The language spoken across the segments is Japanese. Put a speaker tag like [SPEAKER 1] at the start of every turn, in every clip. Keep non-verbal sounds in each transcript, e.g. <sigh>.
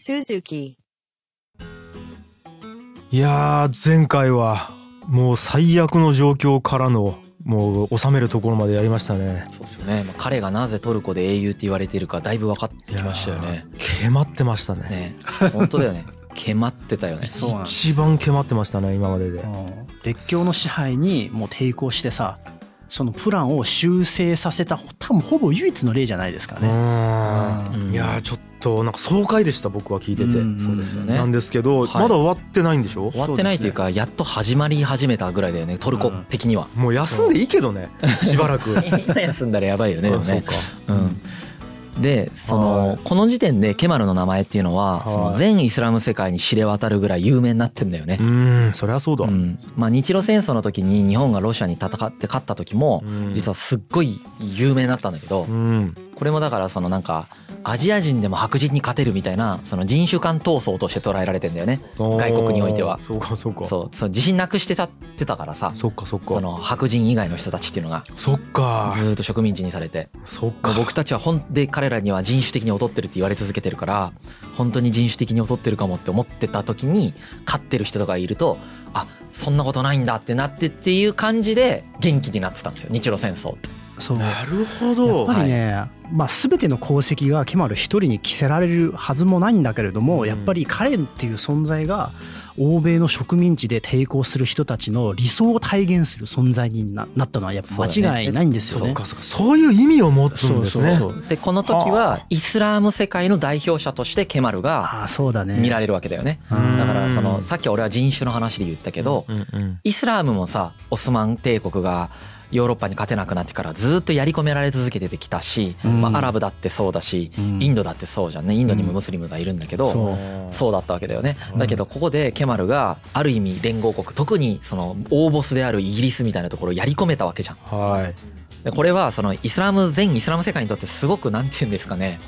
[SPEAKER 1] Suzuki.
[SPEAKER 2] いやー前回はもう最悪の状況からのもう収めるところまでやりましたね
[SPEAKER 3] そうですよね、まあ、彼がなぜトルコで英雄って言われているかだいぶ分かってきましたよね
[SPEAKER 2] けまってましたね
[SPEAKER 3] ね本当だよねけまってたよね
[SPEAKER 4] そうなんです
[SPEAKER 2] 一番けまってましたね今までで
[SPEAKER 4] うん列強の支配にもう抵抗してさそのプランを修正させた多分ほぼ唯一の例じゃないですか
[SPEAKER 2] う
[SPEAKER 4] ね。
[SPEAKER 2] ーん
[SPEAKER 3] うん
[SPEAKER 2] いやーちょっとなんか爽快でした僕は聞いてて、
[SPEAKER 4] うん
[SPEAKER 3] そうですよね
[SPEAKER 2] なんですけど、
[SPEAKER 3] はい
[SPEAKER 2] まだ終わってないんでしょ
[SPEAKER 3] 終わってないというかやっと始まり始めたぐらいだよねトルコ的には、
[SPEAKER 2] もう休んでいいけど
[SPEAKER 3] <laughs>
[SPEAKER 2] ねしばらく
[SPEAKER 3] 今休んだらやばいよねでも
[SPEAKER 2] あそう
[SPEAKER 3] ね
[SPEAKER 2] か
[SPEAKER 3] うん、でそ
[SPEAKER 2] は
[SPEAKER 3] の
[SPEAKER 2] い
[SPEAKER 3] この時点でケマルの名前っていうのは
[SPEAKER 2] はい
[SPEAKER 3] その全イスラム世界に知れ渡るぐらい有名になってんだよね
[SPEAKER 2] う。ーんそりゃそうだ、
[SPEAKER 3] うんまあ、日露戦争の時に日本がロシアに戦って勝った時も
[SPEAKER 2] うん
[SPEAKER 3] 実はすっごい有名になったんだけど
[SPEAKER 2] うん
[SPEAKER 3] これもだからそのなんかアジア人でも白人に勝てるみたいなその人種間闘争として捉えられてんだよね外国においては
[SPEAKER 2] あーそうかそうか
[SPEAKER 3] そうそう自信なくしてたってたからさ
[SPEAKER 2] そっかそっ
[SPEAKER 3] そ
[SPEAKER 2] か
[SPEAKER 3] の白人以外の人たちっていうのが
[SPEAKER 2] そっか
[SPEAKER 3] ずーっと植民地にされて
[SPEAKER 2] そっか
[SPEAKER 3] 僕たちは本で彼らには人種的に劣ってるって言われ続けてるから本当に人種的に劣ってるかもって思ってた時に勝ってる人とかいるとあそんなことないんだってなってっていう感じで元気になってたんですよ日露戦争って。
[SPEAKER 4] そう
[SPEAKER 2] なるほ
[SPEAKER 4] やっ
[SPEAKER 2] ど
[SPEAKER 4] ぱりね、まあ、全ての功績がケマル一人に着せられるはずもないんだけれども、
[SPEAKER 2] うん
[SPEAKER 4] やっぱり彼っていう存在が欧米の植民地で抵抗する人たちの理想を体現する存在にななったのはやっぱ間違いないんですよ
[SPEAKER 2] そ
[SPEAKER 4] ね。
[SPEAKER 2] っかそっかそういう意味を持つんですね
[SPEAKER 4] そうそうそう
[SPEAKER 3] でこの時
[SPEAKER 2] は
[SPEAKER 3] はイスラーム世界の代表者としてケマルが
[SPEAKER 4] ああそうだね。
[SPEAKER 3] 見られるわけだよね。
[SPEAKER 4] うん
[SPEAKER 3] だからそ
[SPEAKER 2] うん
[SPEAKER 3] のさっき俺は人種の話で言ったけど、
[SPEAKER 2] うんうん
[SPEAKER 3] イスラームもさオスマン帝国がヨーロッパに勝てなくなってからずっとやり込められ続けてきたし、
[SPEAKER 4] うん
[SPEAKER 3] まあ、アラブだってそうだし、
[SPEAKER 4] うん
[SPEAKER 3] インドだってそうじゃんねインドにもムスリムがいるんだけど、
[SPEAKER 4] そう
[SPEAKER 3] そうだったわけだよね、だけどここでケマルがある意味連合国特にその大ボスであるイギリスみたいなところをやり込めたわけじゃん。
[SPEAKER 2] はい
[SPEAKER 3] でこれはそのイスラム全イスラム世界にとってすごくなんて言うんですかね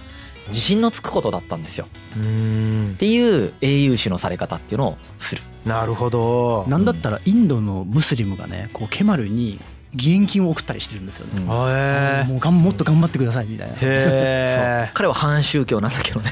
[SPEAKER 3] 自信のつくことだったんですよ
[SPEAKER 2] うーん
[SPEAKER 3] っていう英雄視のされ方っていうのをする。
[SPEAKER 2] なるほど
[SPEAKER 4] なんだったらインドのムスリムがねこうケマルに義援金を送ったりしてるんですよね。
[SPEAKER 3] うん
[SPEAKER 2] へ
[SPEAKER 4] もうがんもっと頑張ってくださいみたいな。
[SPEAKER 2] え
[SPEAKER 3] 彼は反宗教なんだけ
[SPEAKER 2] <laughs>
[SPEAKER 3] どね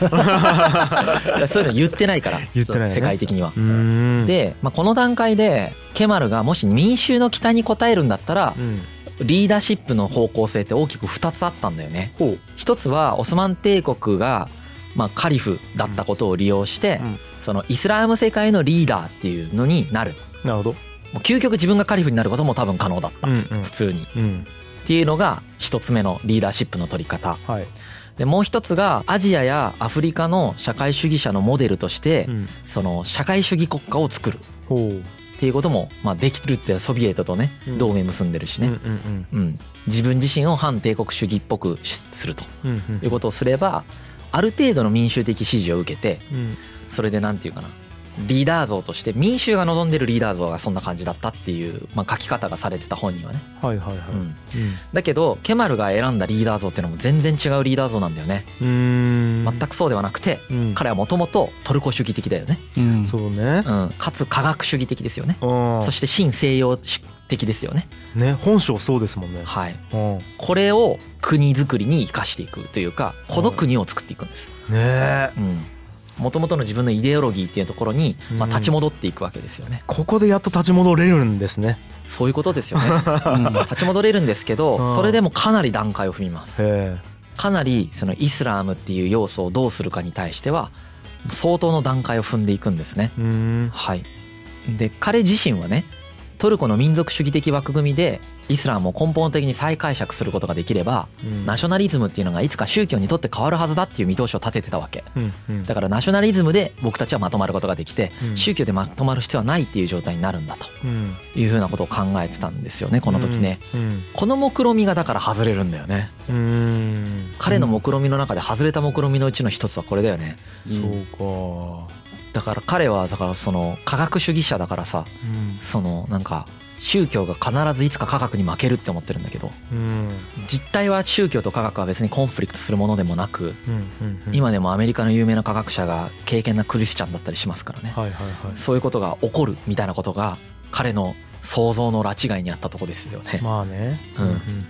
[SPEAKER 3] いやそういうの言ってないから
[SPEAKER 2] 言ってないよね
[SPEAKER 3] 世界的には
[SPEAKER 2] う。ーん
[SPEAKER 3] で、まあ、この段階でケマルがもし民衆の期待に応えるんだったら
[SPEAKER 2] うん
[SPEAKER 3] リーダーシップの方向性って大きく2つあったんだよね。一つはオスマン帝国が、まあ、カリフだったことを利用して、
[SPEAKER 2] うん
[SPEAKER 3] そのイスラーム世界のリーダーっていうのになる
[SPEAKER 2] なるほど
[SPEAKER 3] もう究極自分がカリフになることも多分可能だった、
[SPEAKER 2] うんうん
[SPEAKER 3] 普通にっ
[SPEAKER 2] うん
[SPEAKER 3] ていうのが一つ目のリーダーシップの取り方
[SPEAKER 2] はい
[SPEAKER 3] でもう一つがアジアやアフリカの社会主義者のモデルとして、
[SPEAKER 2] うん
[SPEAKER 3] その社会主義国家を作るっ
[SPEAKER 2] ほう
[SPEAKER 3] ていうことも、まあ、できるってソビエトとね
[SPEAKER 2] うん
[SPEAKER 3] 同盟結んでるしね、
[SPEAKER 2] うんうん
[SPEAKER 3] うん自分自身を反帝国主義っぽくしすると
[SPEAKER 2] うんうんうん
[SPEAKER 3] いうことをすればある程度の民衆的支持を受けて
[SPEAKER 2] うん
[SPEAKER 3] それでなんていうかなリーダー像として民衆が望んでるリーダー像がそんな感じだったっていう、まあ、書き方がされてた本人はね、
[SPEAKER 2] はいはいは
[SPEAKER 3] う
[SPEAKER 2] い
[SPEAKER 3] ん、だけどケマルが選んだリーダー像っていうのも全然違うリーダー像なんだよね
[SPEAKER 2] うんうーん
[SPEAKER 3] 全くそうではなくて
[SPEAKER 2] うん
[SPEAKER 3] 彼はもともとトルコ主義的だよね、
[SPEAKER 4] うん
[SPEAKER 2] そうね
[SPEAKER 3] うん、かつ科学主義的ですよね
[SPEAKER 2] うん
[SPEAKER 3] そして新西洋的ですよね
[SPEAKER 2] ね本性そうですもんね
[SPEAKER 3] はい
[SPEAKER 2] うん
[SPEAKER 3] これを国づくりに生かしていくというかこの国を作っていくんです
[SPEAKER 2] ねえ
[SPEAKER 3] もともとの自分のイデオロギーっていうところに、まあ、
[SPEAKER 2] うん
[SPEAKER 3] 立ち戻っていくわけですよね
[SPEAKER 2] ここでやっと立ち戻れるんですね
[SPEAKER 3] そういうことで
[SPEAKER 2] <laughs>
[SPEAKER 3] すよね
[SPEAKER 4] うん
[SPEAKER 3] 立ち戻れるんですけど
[SPEAKER 2] うん
[SPEAKER 3] それでもかなり段階を踏みます
[SPEAKER 2] へ
[SPEAKER 3] かなりそのイスラームっていう要素をどうするかに対しては相当の段階を踏んでいくんですね
[SPEAKER 2] えうん
[SPEAKER 3] はい、で彼自身はねトルコの民族主義的枠組みでイスラムを根本的に再解釈することができればナショナリズムっていうのがいつか宗教にとって変わるはずだっていう見通しを立ててたわけ
[SPEAKER 2] うんうん
[SPEAKER 3] だからナショナリズムで僕たちはまとまることができて
[SPEAKER 2] うん
[SPEAKER 3] 宗教でまとまる必要はないっていう状態になるんだと
[SPEAKER 2] うん
[SPEAKER 3] いうふうなことを考えてたんですよねこの時ね、
[SPEAKER 2] うん
[SPEAKER 3] この目論見がだから外れるんだよね
[SPEAKER 2] うん
[SPEAKER 3] 彼の目論見の中で外れた目論見のうちの一つはこれだよね
[SPEAKER 2] そうか
[SPEAKER 3] だから彼はだからその科学主義者だからさ
[SPEAKER 2] うん
[SPEAKER 3] そのなんか宗教が必ずいつか科学に負けるって思ってるんだけど
[SPEAKER 2] うん
[SPEAKER 3] 実態は宗教と科学は別にコンフリクトするものでもなく
[SPEAKER 2] うんうんうん
[SPEAKER 3] 今でもアメリカの有名な科学者が敬虔なクリスチャンだったりしますからね
[SPEAKER 2] はいはいはい
[SPEAKER 3] そういうことが起こるみたいなことが彼の想像の拉致外にあったとこですよね。
[SPEAKER 2] まあね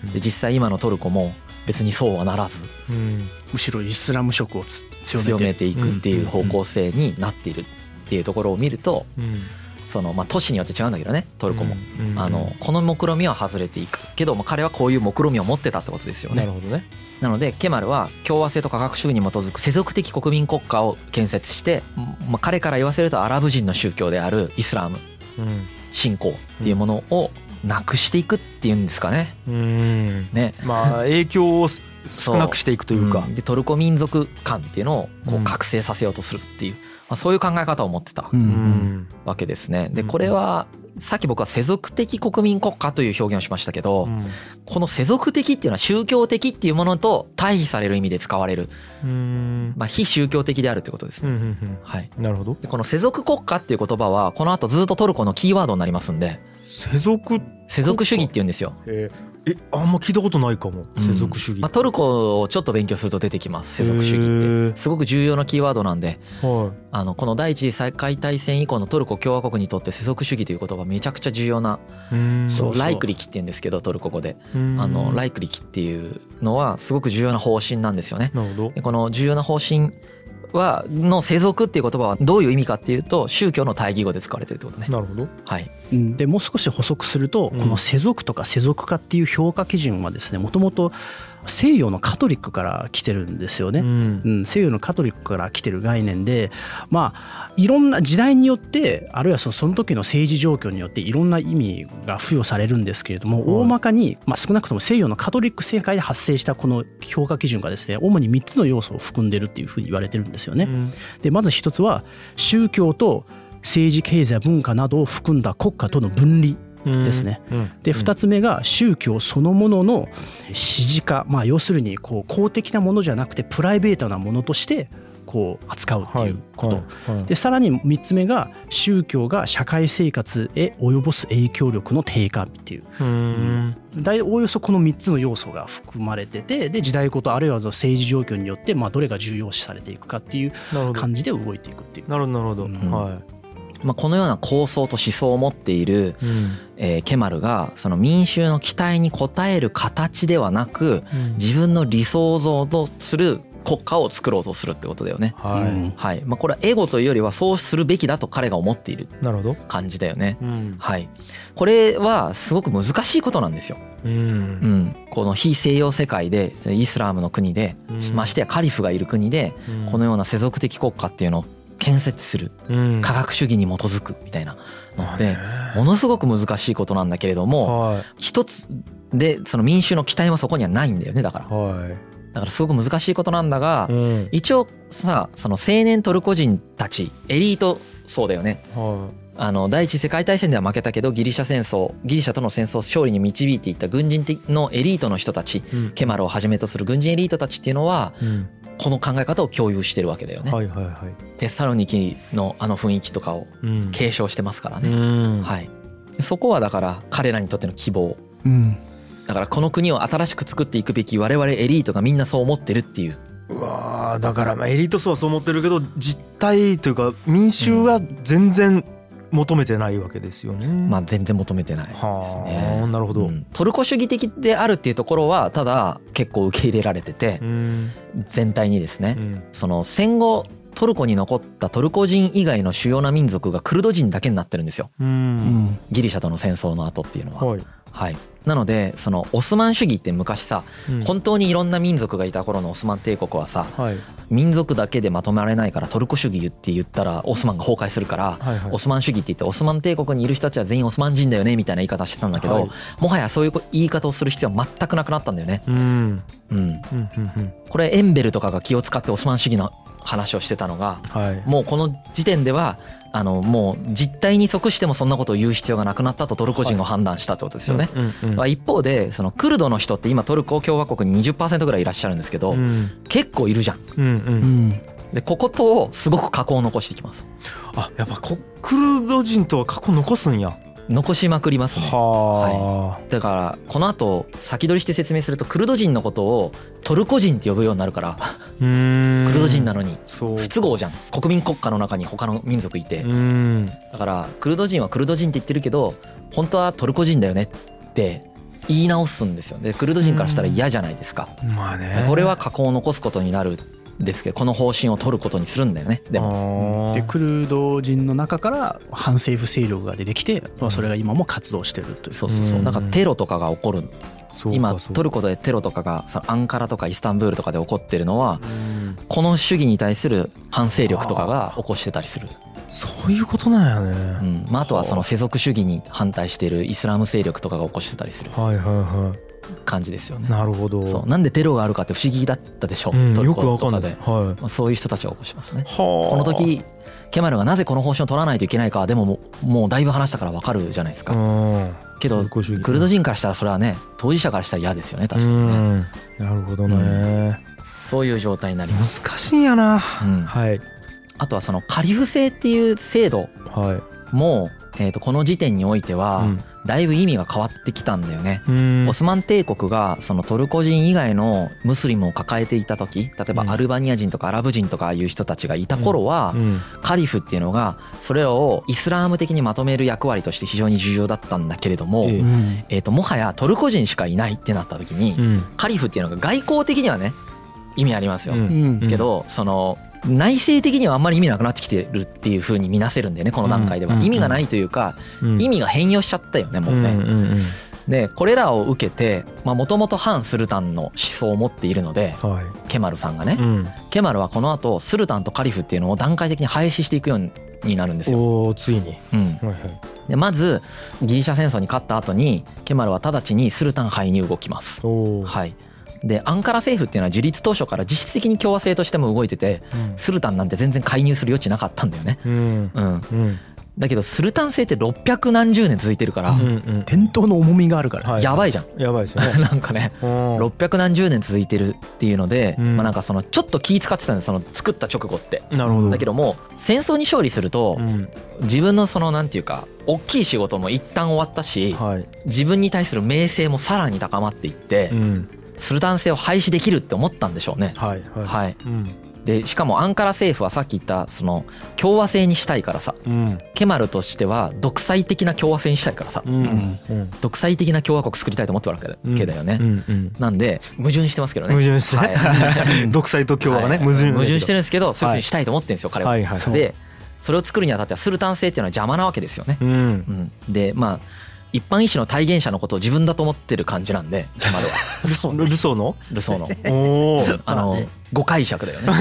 [SPEAKER 3] うんで実際今のトルコも別にそうはならず
[SPEAKER 2] うんうん
[SPEAKER 4] むしろイスラム色をつ強めて
[SPEAKER 3] 強めていくっていう方向性になっているっていうところを見ると
[SPEAKER 2] うん
[SPEAKER 3] そのまあ都市によって違うんだけどねトルコも。
[SPEAKER 2] うんうん
[SPEAKER 3] あのこの目論見みは外れていくけど、まあ、彼はこういう目論見みを持ってたってことですよ
[SPEAKER 2] な
[SPEAKER 3] ね
[SPEAKER 2] るほどね
[SPEAKER 3] なのでケマルは共和制とか学習に基づく世俗的国民国家を建設して、まあ、彼から言わせるとアラブ人の宗教であるイスラーム
[SPEAKER 2] うん
[SPEAKER 3] 信仰っていうものをなくしていくっていうんですかね。
[SPEAKER 2] うん
[SPEAKER 3] ね
[SPEAKER 2] まあ影響を少なくしていくというか
[SPEAKER 3] うんでトルコ民族観っていうのをこ
[SPEAKER 2] う
[SPEAKER 3] うん覚醒させようとするっていう、まあ、そういう考え方を持ってた
[SPEAKER 4] うん
[SPEAKER 2] う
[SPEAKER 4] うん
[SPEAKER 2] ん
[SPEAKER 3] わけですね。で
[SPEAKER 2] うん
[SPEAKER 3] これはさっき僕は世俗的国民国家という表現をしましたけど、この世俗的っていうのは宗教的っていうものと対比される意味で使われる、
[SPEAKER 2] うん
[SPEAKER 3] まあ、非宗教的であるってことです
[SPEAKER 2] う
[SPEAKER 3] ね。
[SPEAKER 2] んうん
[SPEAKER 3] はい
[SPEAKER 2] うんなるほど
[SPEAKER 3] でこの世俗国家っていう言葉はこの後ずっとトルコのキーワードになりますんで
[SPEAKER 2] 世俗
[SPEAKER 3] 世俗主義っていうんですよ、
[SPEAKER 2] えーえあんま聞いたことないかも
[SPEAKER 3] うん
[SPEAKER 2] 世俗主義
[SPEAKER 3] まあ、トルコをちょっと勉強すると出てきます世俗主
[SPEAKER 2] へ
[SPEAKER 3] 義っ
[SPEAKER 2] ー
[SPEAKER 3] てすごく重要なキーワードなんで
[SPEAKER 2] は
[SPEAKER 3] あのこの第一次世界大戦以降のトルコ共和国にとって世俗主義という言葉めちゃくちゃ重要ない
[SPEAKER 2] うん
[SPEAKER 4] そう
[SPEAKER 3] ライクリキっていうんですけどトルコ語で
[SPEAKER 2] うん
[SPEAKER 3] あのライクリキっていうのはすごく重要な方針なんですよね
[SPEAKER 2] なるほど
[SPEAKER 3] でこの重要な方針はの世俗っていう言葉はどういう意味かっていうと宗教の対義語で使われてるってことね。
[SPEAKER 2] なるほど
[SPEAKER 3] はい。
[SPEAKER 4] うんでもう少し補足すると、
[SPEAKER 2] うん
[SPEAKER 4] この世俗とか世俗化っていう評価基準はですねもともと西洋のカトリックから来てるんですよね。
[SPEAKER 2] うん
[SPEAKER 4] うん、西洋のカトリックから来てる概念でまあいろんな時代によってあるいはそのその時の政治状況によっていろんな意味が付与されるんですけれども、
[SPEAKER 2] はい
[SPEAKER 4] 大まかに、まあ、少なくとも西洋のカトリック世界で発生したこの評価基準がですね主に3つの要素を含んでるっていうふうに言われてるんですよね。
[SPEAKER 2] うん
[SPEAKER 4] でまず一つは宗教と政治経済文化などを含んだ国家との分離
[SPEAKER 2] うん
[SPEAKER 4] ですね
[SPEAKER 2] うん
[SPEAKER 4] で2つ目が宗教そのものの支持化、まあ、要するにこう公的なものじゃなくてプライベートなものとしてこう扱うっていうこと、
[SPEAKER 2] はいはい
[SPEAKER 4] でさらに3つ目が宗教が社会生活へ及ぼす影響力の低下っていう
[SPEAKER 2] うん
[SPEAKER 4] 大おおよそこの3つの要素が含まれててで時代ごとあるいはその政治状況によってまあどれが重要視されていくかっていう
[SPEAKER 2] なるほど
[SPEAKER 4] 感じで動いていくっていう。
[SPEAKER 2] なるほどなるほど、
[SPEAKER 4] うん
[SPEAKER 2] は
[SPEAKER 3] まあ、このような構想と思想を持っている、
[SPEAKER 2] い、うん
[SPEAKER 3] えーケマルがその民衆の期待に応える形ではなく自分の理想像とする国家を作ろうとするってことだよね。
[SPEAKER 2] はい、
[SPEAKER 4] うん
[SPEAKER 3] はい。まあ、これはエゴというよりはそうするべきだと彼が思っている
[SPEAKER 2] なるほど
[SPEAKER 3] 感じだよね。
[SPEAKER 2] うん、
[SPEAKER 3] はい。これはすごく難しいことなんですよ。
[SPEAKER 2] う
[SPEAKER 3] うんん、この非西洋世界でそのイスラームの国で、
[SPEAKER 2] うん
[SPEAKER 3] ましてやカリフがいる国でこのような世俗的国家っていうのを建設する
[SPEAKER 2] うん
[SPEAKER 3] 科学主義に基づくみたいなのっ
[SPEAKER 2] ま
[SPEAKER 3] て
[SPEAKER 2] あね
[SPEAKER 3] ものすごく難しいことなんだけれども
[SPEAKER 2] は
[SPEAKER 3] 一つでその民衆の期待もそこにはないんだよねだから
[SPEAKER 2] いは
[SPEAKER 3] だからすごく難しいことなんだが
[SPEAKER 2] いうん
[SPEAKER 3] 一応さその青年トルコ人たちエリート層だよね
[SPEAKER 2] は
[SPEAKER 3] あの第一次世界大戦では負けたけどギリシャ戦争ギリシャとの戦争を勝利に導いていった軍人的のエリートの人たち
[SPEAKER 2] いうん
[SPEAKER 3] ケマルをはじめとする軍人エリートたちっていうのは
[SPEAKER 2] うん
[SPEAKER 3] この考え方を共有してるわけだよね、
[SPEAKER 2] はいはいはい
[SPEAKER 3] テサロニキのあの雰囲気とかを
[SPEAKER 2] うん
[SPEAKER 3] 継承してますから
[SPEAKER 2] う
[SPEAKER 3] ね、
[SPEAKER 2] ん
[SPEAKER 3] はいそこはだから彼らにとっての希望
[SPEAKER 4] うん
[SPEAKER 3] だからこの国を新しく作っていくべき我々エリートがみんなそう思ってるっていう
[SPEAKER 2] うわーだからまあエリート層はそう思ってるけど実態というか民衆は全然求めてないわけですよね、
[SPEAKER 3] まあ全然求めてないです
[SPEAKER 2] はあ、
[SPEAKER 3] ね
[SPEAKER 2] なるほど、
[SPEAKER 3] う
[SPEAKER 2] うん
[SPEAKER 3] んトルコ主義的であるっていうところはただ結構受け入れられてて
[SPEAKER 2] うん
[SPEAKER 3] 全体にですね、その戦後トルコに残ったトルコ人以外の主要な民族がクルド人だけになってるんですよ
[SPEAKER 2] う
[SPEAKER 4] うんん
[SPEAKER 3] ギリシャとの戦争の後っていうのは。はい
[SPEAKER 2] はい、
[SPEAKER 3] なのでそのオスマン主義って昔さ
[SPEAKER 2] うん
[SPEAKER 3] 本当にいろんな民族がいた頃のオスマン帝国はさ
[SPEAKER 2] はい
[SPEAKER 3] 民族だけでまとめられないからトルコ主義って言ったらオスマンが崩壊するから。
[SPEAKER 2] はいはい
[SPEAKER 3] オスマン主義って言ってオスマン帝国にいる人たちは全員オスマン人だよねみたいな言い方してたんだけど、
[SPEAKER 2] はい
[SPEAKER 3] もはやそういう言い方をする必要は全くなくなったんだよね。
[SPEAKER 2] うんうん
[SPEAKER 3] うん、
[SPEAKER 2] うんうん
[SPEAKER 3] これエンベルとかが気を使ってオスマン主義の話をしてたのが
[SPEAKER 2] はい
[SPEAKER 3] もうこの時点ではあのもう実態に即してもそんなことを言う必要がなくなったとトルコ人が判断したってことですよね。
[SPEAKER 2] うんうん
[SPEAKER 3] まあ一方でそのクルドの人って今トルコ共和国に20%ぐらいいらっしゃるんですけど、
[SPEAKER 2] うん
[SPEAKER 3] 結構いるじゃん。
[SPEAKER 2] うんう
[SPEAKER 4] うんん
[SPEAKER 3] でこことすごく禍根を残していきます。
[SPEAKER 2] あやっぱこクルド人とは過去残すんや
[SPEAKER 3] 残しまくりますね
[SPEAKER 2] は
[SPEAKER 3] だからこの後先取りして説明するとクルド人のことをトルコ人って呼ぶようになるから
[SPEAKER 2] あ、うーん
[SPEAKER 3] クルド人なのに
[SPEAKER 2] そう
[SPEAKER 3] 不都合じゃん国民国家の中に他の民族いて
[SPEAKER 2] うん
[SPEAKER 3] だからクルド人はクルド人って言ってるけど本当はトルコ人だよねって言い直すんですよでクルド人からしたら嫌じゃないですか
[SPEAKER 2] まあね
[SPEAKER 3] これは加工を残すことになるんですけどこの方針を取ることにするんだよねでも
[SPEAKER 2] も
[SPEAKER 4] でクルド人の中から反政府勢力が出てきて、まあ、それが今も活動してるという
[SPEAKER 3] そうそうそううんだからテロとかが起こる今ト
[SPEAKER 2] る
[SPEAKER 3] ルコでテロとかがさアンカラとかイスタンブールとかで起こってるのは
[SPEAKER 2] うん
[SPEAKER 3] この主義に対する反省力とかが起こしてたりする、
[SPEAKER 2] そういうことなんや
[SPEAKER 3] う
[SPEAKER 2] ね、
[SPEAKER 3] んまあ、あとはその世俗主義に反対しているイスラム勢力とかが起こしてたりする
[SPEAKER 2] はいはいは
[SPEAKER 3] 感じですよ
[SPEAKER 2] い
[SPEAKER 3] ね
[SPEAKER 2] なるほど
[SPEAKER 3] そうなんでテロがあるかって不思議だったでしょ、
[SPEAKER 2] うん、
[SPEAKER 3] トル
[SPEAKER 2] よ
[SPEAKER 3] コ
[SPEAKER 2] くわか
[SPEAKER 3] と
[SPEAKER 2] んな
[SPEAKER 3] か
[SPEAKER 2] い
[SPEAKER 3] で、
[SPEAKER 2] はい
[SPEAKER 3] まあ、そういう人たちが起こしてますね
[SPEAKER 2] はあ
[SPEAKER 3] この時ケマルがなぜこの方針を取らないといけないかでももうもうだいぶ話したからわかるじゃないです
[SPEAKER 2] う
[SPEAKER 3] か、
[SPEAKER 2] ん
[SPEAKER 3] けど
[SPEAKER 2] ク
[SPEAKER 3] クルド人からしたらそれはね当事者からしたら嫌ですよね確かに
[SPEAKER 2] う
[SPEAKER 3] ね、
[SPEAKER 2] んなるほどね、
[SPEAKER 3] そういう状態になりま
[SPEAKER 2] 難
[SPEAKER 3] す、
[SPEAKER 2] しいんやな、
[SPEAKER 3] うん、
[SPEAKER 2] はい
[SPEAKER 3] あとはそのカリフ制っていう制度
[SPEAKER 2] はい
[SPEAKER 3] も、えー、とこの時点においては、だいぶ意味が変わってきたんだよね。
[SPEAKER 2] うん
[SPEAKER 3] オスマン帝国がそのトルコ人以外のムスリムを抱えていた時例えば
[SPEAKER 2] うん
[SPEAKER 3] アルバニア人とかアラブ人とかいう人たちがいた頃は
[SPEAKER 2] うん
[SPEAKER 3] カリフっていうのがそれらをイスラーム的にまとめる役割として非常に重要だったんだけれども、
[SPEAKER 2] ええ
[SPEAKER 4] うん
[SPEAKER 3] えー、ともはやトルコ人しかいないってなった時に
[SPEAKER 2] うん
[SPEAKER 3] カリフっていうのが外交的にはね意味ありますよ
[SPEAKER 2] う。ん
[SPEAKER 4] うん
[SPEAKER 3] けどその内政的にはあんまり意味なくなってきてるっていう風に見なせるんだよねこの段階では
[SPEAKER 2] うんうん
[SPEAKER 3] 意味がないというか
[SPEAKER 2] うん
[SPEAKER 3] 意味が変容しちゃったよねも
[SPEAKER 2] う
[SPEAKER 3] うん
[SPEAKER 2] う
[SPEAKER 3] ね
[SPEAKER 2] んうん
[SPEAKER 3] でこれらを受けてもともと反スルタンの思想を持っているので
[SPEAKER 2] は
[SPEAKER 3] ケマルさんが
[SPEAKER 2] い
[SPEAKER 3] ね
[SPEAKER 2] うん
[SPEAKER 3] ケマルはこの後スルタンとカリフっていうのを段階的に廃止していくようになるんですよ。
[SPEAKER 2] おーついに
[SPEAKER 3] うん、
[SPEAKER 2] はいはい
[SPEAKER 3] でまずギリシャ戦争に勝った後にケマルは直ちにスルタン廃に動きます。
[SPEAKER 2] おー
[SPEAKER 3] はい、でアンカラ政府っていうのは樹立当初から実質的に共和制としても動いててスルタンなんて全然介入する余地なかったんだよね。
[SPEAKER 2] うん
[SPEAKER 3] うん、
[SPEAKER 2] うん
[SPEAKER 3] だけどスルタン制って600何十年続いてるから
[SPEAKER 2] うんうん
[SPEAKER 4] 伝統の重みがあるから、
[SPEAKER 2] はい
[SPEAKER 3] やば
[SPEAKER 2] <laughs>
[SPEAKER 3] いじゃん、
[SPEAKER 2] やばいですよね
[SPEAKER 3] なんかね
[SPEAKER 2] うん
[SPEAKER 3] 600何十年続いてるっていうので、
[SPEAKER 2] うん
[SPEAKER 3] まあなんかそのちょっと気使ってたんですその作った直後って。
[SPEAKER 2] なるほど
[SPEAKER 3] だけどもう戦争に勝利すると
[SPEAKER 2] うん
[SPEAKER 3] 自分のそのなんていうか大きい仕事も一旦終わったし
[SPEAKER 2] はい
[SPEAKER 3] 自分に対する名声もさらに高まっていって
[SPEAKER 2] うん
[SPEAKER 3] スルタン制を廃止できるって思ったんでしょうね。
[SPEAKER 2] はいはい
[SPEAKER 3] はい、
[SPEAKER 2] うん
[SPEAKER 3] でしかもアンカラ政府はさっき言ったその共和制にしたいからさ
[SPEAKER 2] うん
[SPEAKER 3] ケマルとしては独裁的な共和制にしたいからさ
[SPEAKER 2] うん
[SPEAKER 4] うん
[SPEAKER 2] うん
[SPEAKER 3] 独裁的な共和国作りたいと思ってるわけだ
[SPEAKER 2] うん
[SPEAKER 3] けだよね、
[SPEAKER 2] うんうん
[SPEAKER 3] なんで矛盾してますけどね
[SPEAKER 2] 矛盾してね
[SPEAKER 3] は
[SPEAKER 2] <laughs>
[SPEAKER 3] い
[SPEAKER 2] 独裁と共和がね矛盾
[SPEAKER 3] 矛盾して
[SPEAKER 2] る
[SPEAKER 3] るんですけどそういうふうにしたいと思ってるんですよ、
[SPEAKER 2] はい
[SPEAKER 3] 彼
[SPEAKER 2] は
[SPEAKER 3] は、
[SPEAKER 2] いはい
[SPEAKER 3] でそれを作るにあたってはスルタン制っていうのは邪魔なわけですよね、
[SPEAKER 2] うん
[SPEAKER 3] うん、でまあ一般医師の体現者のことを自分だと思ってる感じなんでケ
[SPEAKER 2] <laughs>
[SPEAKER 3] マルは
[SPEAKER 2] ルソールソーの
[SPEAKER 3] ルソ
[SPEAKER 2] <laughs>
[SPEAKER 3] ーの
[SPEAKER 2] おお
[SPEAKER 3] あの、誤解釈だよ
[SPEAKER 2] <laughs>
[SPEAKER 3] ね、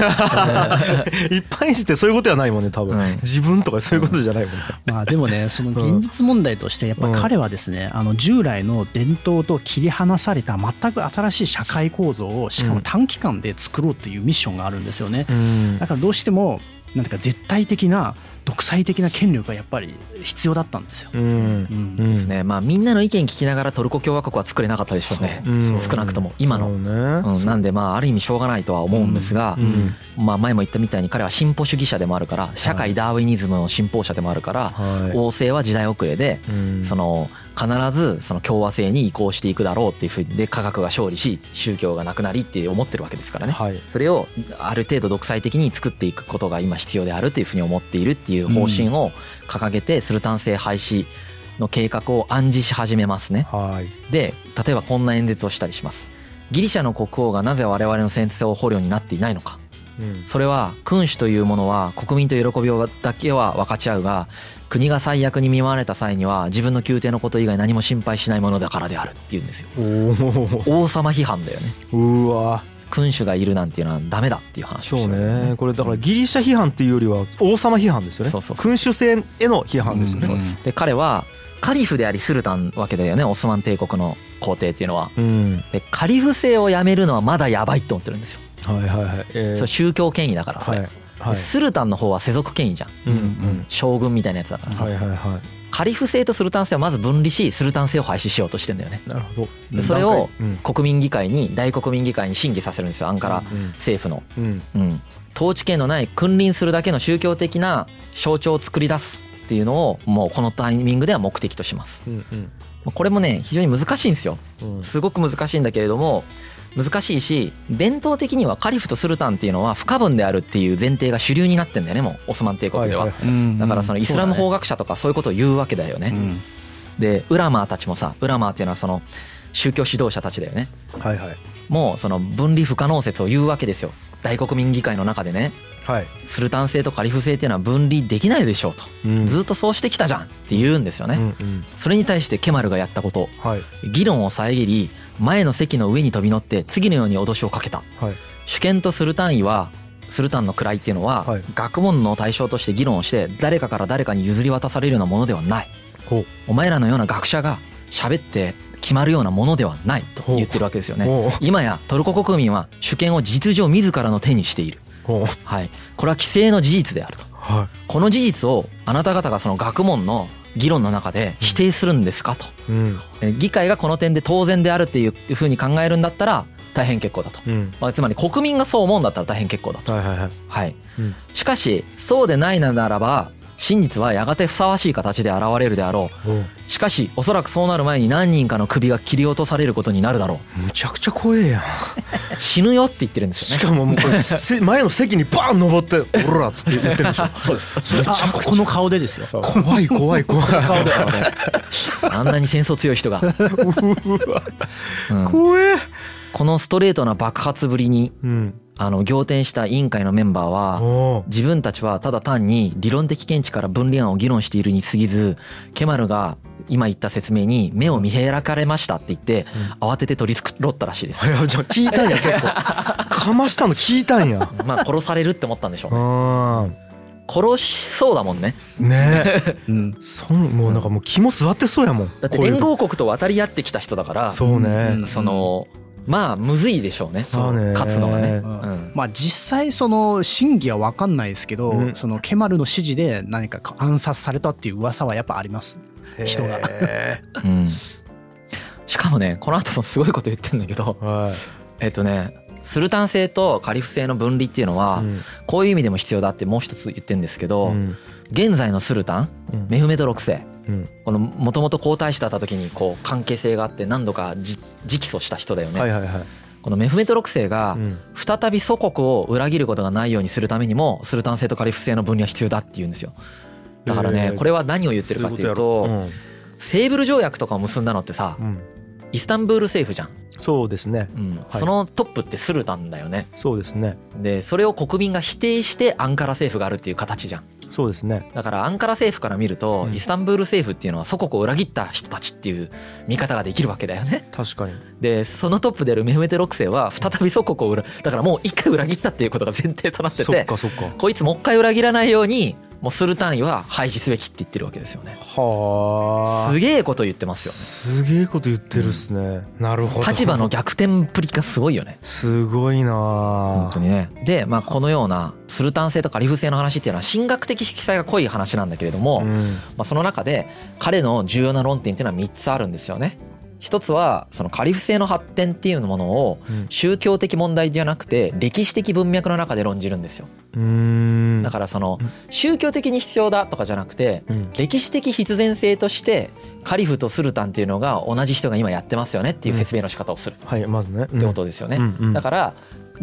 [SPEAKER 2] 一般人ってそういうことではないもんね多分、
[SPEAKER 3] うん
[SPEAKER 2] 自分とかそういうことじゃないもんね、
[SPEAKER 4] まあでもねその現実問題としてやっぱ彼はですねあの従来の伝統と切り離された全く新しい社会構造をしかも短期間で作ろうというミッションがあるんですよね。
[SPEAKER 2] うん
[SPEAKER 4] だからどうしてもなんていうか絶対的な独裁的な権力がやっぱり必要だったんですよ。
[SPEAKER 2] うん
[SPEAKER 4] うん
[SPEAKER 2] うん
[SPEAKER 3] ですねまあみんなの意見聞きながらトルコ共和国は作れなかったでしょうね
[SPEAKER 2] うん
[SPEAKER 3] 少なくとも今の
[SPEAKER 2] そうね
[SPEAKER 3] うん、なんでまあある意味しょうがないとは思うんですが、
[SPEAKER 2] うん
[SPEAKER 3] まあ、前も言ったみたいに彼は進歩主義者でもあるから社会ダーウィニズムの信奉者でもあるから
[SPEAKER 2] は
[SPEAKER 3] 王政は時代遅れで
[SPEAKER 2] い、うん
[SPEAKER 3] その必ずその共和制に移行していくだろうっていうふうにで科学が勝利し宗教がなくなりって思ってるわけですからね。
[SPEAKER 2] はい
[SPEAKER 3] それをある程度独裁的に作っていくことが今必要であるというふうに思っているっていう方針を掲げてスルタン制廃止の計画を暗示し始めますね。
[SPEAKER 2] はい
[SPEAKER 3] で例えばこんな演説をしたりしますギリシャの国王がなぜ我々の戦争捕虜になっていないのか
[SPEAKER 2] うん
[SPEAKER 3] それは君主というものは国民と喜びをだけは分かち合うが国が最悪に見舞われた際には自分の宮廷のこと以外何も心配しないものだからであるって言うんですよ
[SPEAKER 2] お
[SPEAKER 3] 王様批判だよね
[SPEAKER 2] おうわ
[SPEAKER 3] 君主がいるなんていうのはダメだっていう話を
[SPEAKER 2] そ
[SPEAKER 3] し
[SPEAKER 2] う
[SPEAKER 3] てる
[SPEAKER 2] ねこれだからギリシャ批判っていうよりは王様批判ですよね
[SPEAKER 3] そうそうそう
[SPEAKER 2] 君主制への批判ですよ
[SPEAKER 4] うん
[SPEAKER 2] ね、
[SPEAKER 3] そうですで彼はカリフでありスルタンわけだよねオスマン帝国の皇帝っていうのは
[SPEAKER 2] うん、
[SPEAKER 3] でカリフ制をやめるのはまだやばいって思ってるんですよ、
[SPEAKER 2] はいはいはい、えー
[SPEAKER 3] そう宗教権威だからそ
[SPEAKER 2] は
[SPEAKER 3] れ、
[SPEAKER 2] いはい
[SPEAKER 3] スルタンの方は世俗権威じゃん
[SPEAKER 2] うんうん
[SPEAKER 3] 将軍みたいなやつだからさ、
[SPEAKER 2] はいはいは
[SPEAKER 3] カリフ制とスルタン制をまず分離しスルタン制を廃止しようとしてんだよね
[SPEAKER 2] いなるほ
[SPEAKER 3] で
[SPEAKER 2] ど
[SPEAKER 3] それを
[SPEAKER 2] うん
[SPEAKER 3] 国民議会に大国民議会に審議させるんですよアンカラ
[SPEAKER 2] うん
[SPEAKER 3] 政府の、
[SPEAKER 2] うん
[SPEAKER 3] うん、統治権のない君臨するだけの宗教的な象徴を作り出すっていうのをもうこのタイミングでは目的とします
[SPEAKER 2] うんうん
[SPEAKER 3] まあこれもね非常に難しいんですよ
[SPEAKER 2] うん
[SPEAKER 3] すごく難しいんだけれども難しいし伝統的にはカリフとスルタンっていうのは不可分であるっていう前提が主流になってんだよねもうオスマン帝国で
[SPEAKER 2] は
[SPEAKER 3] は、
[SPEAKER 2] いはい
[SPEAKER 3] だからそのイスラム法学者とかそういうことを言うわけだよね、でウラマーたちもさウラマーっていうのはその宗教指導者たちだよね
[SPEAKER 2] はいはい
[SPEAKER 3] もうその分離不可能説を言うわけですよ大国民議会の中でね
[SPEAKER 2] はい
[SPEAKER 3] スルタン制とカリフ制っていうのは分離できないでしょうと
[SPEAKER 2] うん
[SPEAKER 3] ずっとそうしてきたじゃんって言うんですよ
[SPEAKER 2] う
[SPEAKER 3] ね
[SPEAKER 2] んうん
[SPEAKER 3] それに対してケマルがやったこと
[SPEAKER 2] はい
[SPEAKER 3] 議論を遮り前の席の上に飛び乗って次のように脅しをかけた
[SPEAKER 2] はい
[SPEAKER 3] 主権とスルタン位はスルタンの位っていうのは
[SPEAKER 2] はい
[SPEAKER 3] 学問の対象として議論をして誰かから誰かに譲り渡されるようなものではない
[SPEAKER 2] ほ
[SPEAKER 3] お前らのような学者が喋って決まるようなものではないと言ってるわけですよ
[SPEAKER 2] う
[SPEAKER 3] ね
[SPEAKER 2] ほう
[SPEAKER 3] 今やトルコ国民は主権を事実上自らの手にしている
[SPEAKER 2] ほう
[SPEAKER 3] はいこれは規制の事実であると
[SPEAKER 2] は
[SPEAKER 3] この事実をあなた方がその学問の議論の中で否定するんですかと
[SPEAKER 2] いうん
[SPEAKER 3] え議会がこの点で当然であるっていうふうに考えるんだったら大変結構だと、
[SPEAKER 2] うん
[SPEAKER 3] まあ、つまり国民がそう思うんだったら大変結構だと、
[SPEAKER 2] はいはいはい
[SPEAKER 3] はい
[SPEAKER 2] うん
[SPEAKER 3] しかしそうでないならば真実はやがてふさわしい形で現れるであろ
[SPEAKER 2] ほう
[SPEAKER 3] うしかしおそらくそうなる前に何人かの首が切り落とされることになるだろ
[SPEAKER 2] むちゃくちゃ怖えやん
[SPEAKER 3] う死ぬよって言ってるんです
[SPEAKER 2] し
[SPEAKER 3] よね
[SPEAKER 2] かももうこれ <laughs> せ前の席にバーン登って「オら」っつって言ってるで <laughs> しょめちゃ
[SPEAKER 4] あ
[SPEAKER 2] く
[SPEAKER 4] こ
[SPEAKER 2] ち
[SPEAKER 4] この顔でですよ
[SPEAKER 2] ゃ怖い怖い怖い
[SPEAKER 3] あんなに戦争強い人が、
[SPEAKER 2] うわ
[SPEAKER 3] うん
[SPEAKER 2] 怖え
[SPEAKER 3] このストレートな爆発ぶりに
[SPEAKER 2] うん
[SPEAKER 3] あの仰天した委員会のメンバーは
[SPEAKER 2] お
[SPEAKER 3] 自分たちはただ単に理論的見地から分離案を議論しているに過ぎずケマルが今言った説明に目を見開かれましたって言って慌てて取り繕ったらしいです
[SPEAKER 2] いやじゃあ聞いたんや結構かましたの聞いたんや
[SPEAKER 3] まあ殺されるって思ったんでしょうね
[SPEAKER 2] う
[SPEAKER 3] 殺しそうだもんね
[SPEAKER 2] んねえ
[SPEAKER 4] うん
[SPEAKER 2] そんもうなんかもう肝据わってそうやもん
[SPEAKER 3] だって
[SPEAKER 2] こういう
[SPEAKER 3] 連
[SPEAKER 2] とこ
[SPEAKER 3] 合国と渡り合ってきた人だからそ
[SPEAKER 2] そうね
[SPEAKER 4] ん
[SPEAKER 3] のまあむずいでしょうね
[SPEAKER 2] そうね
[SPEAKER 3] 勝つのがね
[SPEAKER 2] う
[SPEAKER 3] うん
[SPEAKER 4] まあ実際その真偽は分かんないですけど、
[SPEAKER 2] うん
[SPEAKER 4] そのケマルの指示で何か暗殺されたっていう噂はやっぱあります。人が
[SPEAKER 2] へ
[SPEAKER 3] うんしかもねこの後もすごいこと言ってんだけど <laughs>
[SPEAKER 2] え <laughs> は
[SPEAKER 3] えっとねスルタン制とカリフ制の分離っていうの
[SPEAKER 2] い
[SPEAKER 3] は
[SPEAKER 2] うん
[SPEAKER 3] こういう意味でも必要だってもう一つ言ってるんですけど、
[SPEAKER 2] うん
[SPEAKER 3] 現在のスルタン
[SPEAKER 2] うん
[SPEAKER 3] メフメト6世
[SPEAKER 2] うん
[SPEAKER 3] このもともと皇太子だった時にこう関係性があって何度かじ直訴した人だよね、
[SPEAKER 2] はいはいはい
[SPEAKER 3] このメフメト6世が
[SPEAKER 2] うん
[SPEAKER 3] 再び祖国を裏切ることがないようにするためにもスルタン制とカリフ制の分離は必要だって言うんですよだからね
[SPEAKER 2] えー
[SPEAKER 3] これは何を言ってるかっていうと
[SPEAKER 2] どういうこ
[SPEAKER 3] セーブル条約とかを結んだのってさ
[SPEAKER 2] とやろうんうん
[SPEAKER 3] イスタンブール政府じゃん、
[SPEAKER 2] そうですね
[SPEAKER 3] うんそのトップってスルタンだよね
[SPEAKER 2] そうですね
[SPEAKER 3] でそれを国民が否定してアンカラ政府があるっていう形じゃん
[SPEAKER 2] そうですね
[SPEAKER 3] だからアンカラ政府から見ると、
[SPEAKER 2] うん
[SPEAKER 3] イスタンブール政府っていうのは祖国を裏切った人たちっていう見方ができるわけだよね。
[SPEAKER 2] 確かに
[SPEAKER 3] でそのトップであるメフメテ6世は再び祖国を裏だからもう一回裏切ったっていうことが前提となって
[SPEAKER 2] そってかそっか
[SPEAKER 3] こいつもう一回裏切らないようにもうスルタン位は廃止すべきって言ってるわけですよね。
[SPEAKER 2] は
[SPEAKER 3] すげえこと言ってますよね。
[SPEAKER 2] すげえこと言ってるっすね、なるほど
[SPEAKER 3] 立場の逆転ぶりがすごいよね。
[SPEAKER 2] すごいな
[SPEAKER 3] 本
[SPEAKER 2] あ
[SPEAKER 3] 当にね。で、まあ、このようなスルタン制とかリフ制の話っていうのは神学的色彩が濃い話なんだけれども、
[SPEAKER 2] うん
[SPEAKER 3] まあ、その中で彼の重要な論点っていうのは3つあるんですよね。一つはそのカリフ制の発展っていうものを
[SPEAKER 2] うん
[SPEAKER 3] 宗教的問題じゃなくて歴史的文脈の中で論じるんですよ。
[SPEAKER 2] うーん
[SPEAKER 3] だからその
[SPEAKER 2] うん
[SPEAKER 3] 宗教的に必要だとかじゃなくて
[SPEAKER 2] うん
[SPEAKER 3] 歴史的必然性としてカリフとスルタンっていうのが同じ人が今やってますよねっていう説明の仕方をするっ
[SPEAKER 2] はいまずねって
[SPEAKER 3] ことですよね。
[SPEAKER 2] ね
[SPEAKER 3] だから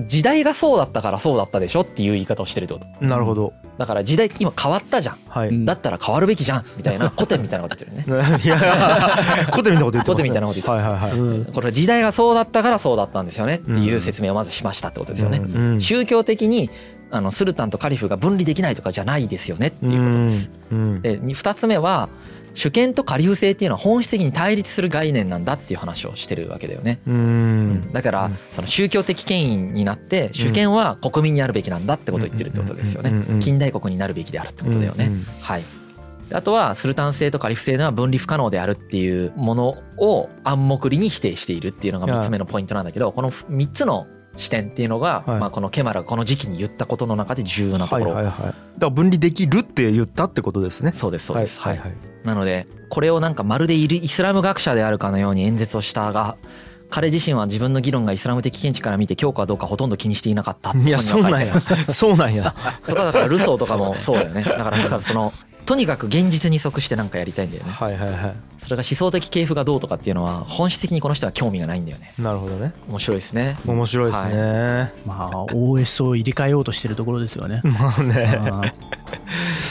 [SPEAKER 3] 時代がそうだったからそうだったでしょっていう言い方をしてるってこと。
[SPEAKER 2] らなるほど
[SPEAKER 3] だから時代今変わったじゃん。
[SPEAKER 2] <laughs> はい、
[SPEAKER 4] うん
[SPEAKER 3] だったら変わるべきじゃんみたいな古典みたいなこと言ってるよね。
[SPEAKER 2] <laughs> いやコテみたいなこと言ってますね
[SPEAKER 3] コテみたいなこと言ってま
[SPEAKER 2] はい
[SPEAKER 3] す
[SPEAKER 2] はいはい、うん、
[SPEAKER 3] これ時代がそうだったからそうだったんですよねっていう説明をまずしましたってことですよね。
[SPEAKER 2] うん
[SPEAKER 3] 宗教的にあのスルタンとカリフが分離できないとかじゃないですよねっていうことです。
[SPEAKER 2] うん
[SPEAKER 3] でに2つ目は主権とカリフ制っていうのは本質的に対立する概念なんだっていう話をしてるわけだよね。
[SPEAKER 2] うん
[SPEAKER 3] うんだから
[SPEAKER 2] うん
[SPEAKER 3] その宗教的権威になって主権は国民にあるべきなんだってことを言ってるってことですよ
[SPEAKER 2] うん
[SPEAKER 3] ね
[SPEAKER 2] うんうんうん。
[SPEAKER 3] 近代国になるべきであるってことだよね。
[SPEAKER 2] うんうん
[SPEAKER 3] はい、であとはスルタン制とカリフ制では分離不可能であるっていうものを暗黙裏に否定しているっていうのが3つ目のポイントなんだけどこの3つの視点っていうのが、
[SPEAKER 2] はい
[SPEAKER 3] まあ、このケマラがこの時期に言ったことの中で重要なと
[SPEAKER 2] は
[SPEAKER 3] こ
[SPEAKER 2] い
[SPEAKER 3] ろ、
[SPEAKER 2] はいはいだから分離できるって言ったってことですね
[SPEAKER 3] そうですそうです、はい
[SPEAKER 2] はいはい
[SPEAKER 3] なのでこれをなんかまるでイリイスラム学者であるかのように演説をしたが彼自身は自分の議論がイスラム的見地から見て強化どうかほとんど気にしていなかったって
[SPEAKER 2] いや
[SPEAKER 3] 本に
[SPEAKER 2] そうなん
[SPEAKER 3] は書てあり
[SPEAKER 2] や <laughs>
[SPEAKER 3] ました
[SPEAKER 2] そうなんや <laughs>
[SPEAKER 3] そこはだからルソーとかもそうだよねだからなんかそのとにかく現実に即してなんかやりたいんだよね
[SPEAKER 2] はいはいはい
[SPEAKER 3] それが思想的系譜がどうとかっていうのは本質的にこの人は興味がないんだよね
[SPEAKER 2] なるほどね
[SPEAKER 3] 面白いですね
[SPEAKER 2] 面白いですね、
[SPEAKER 4] まあ OS を入れ替えようとしてるところですよね。
[SPEAKER 2] まあ <laughs> ね
[SPEAKER 4] あー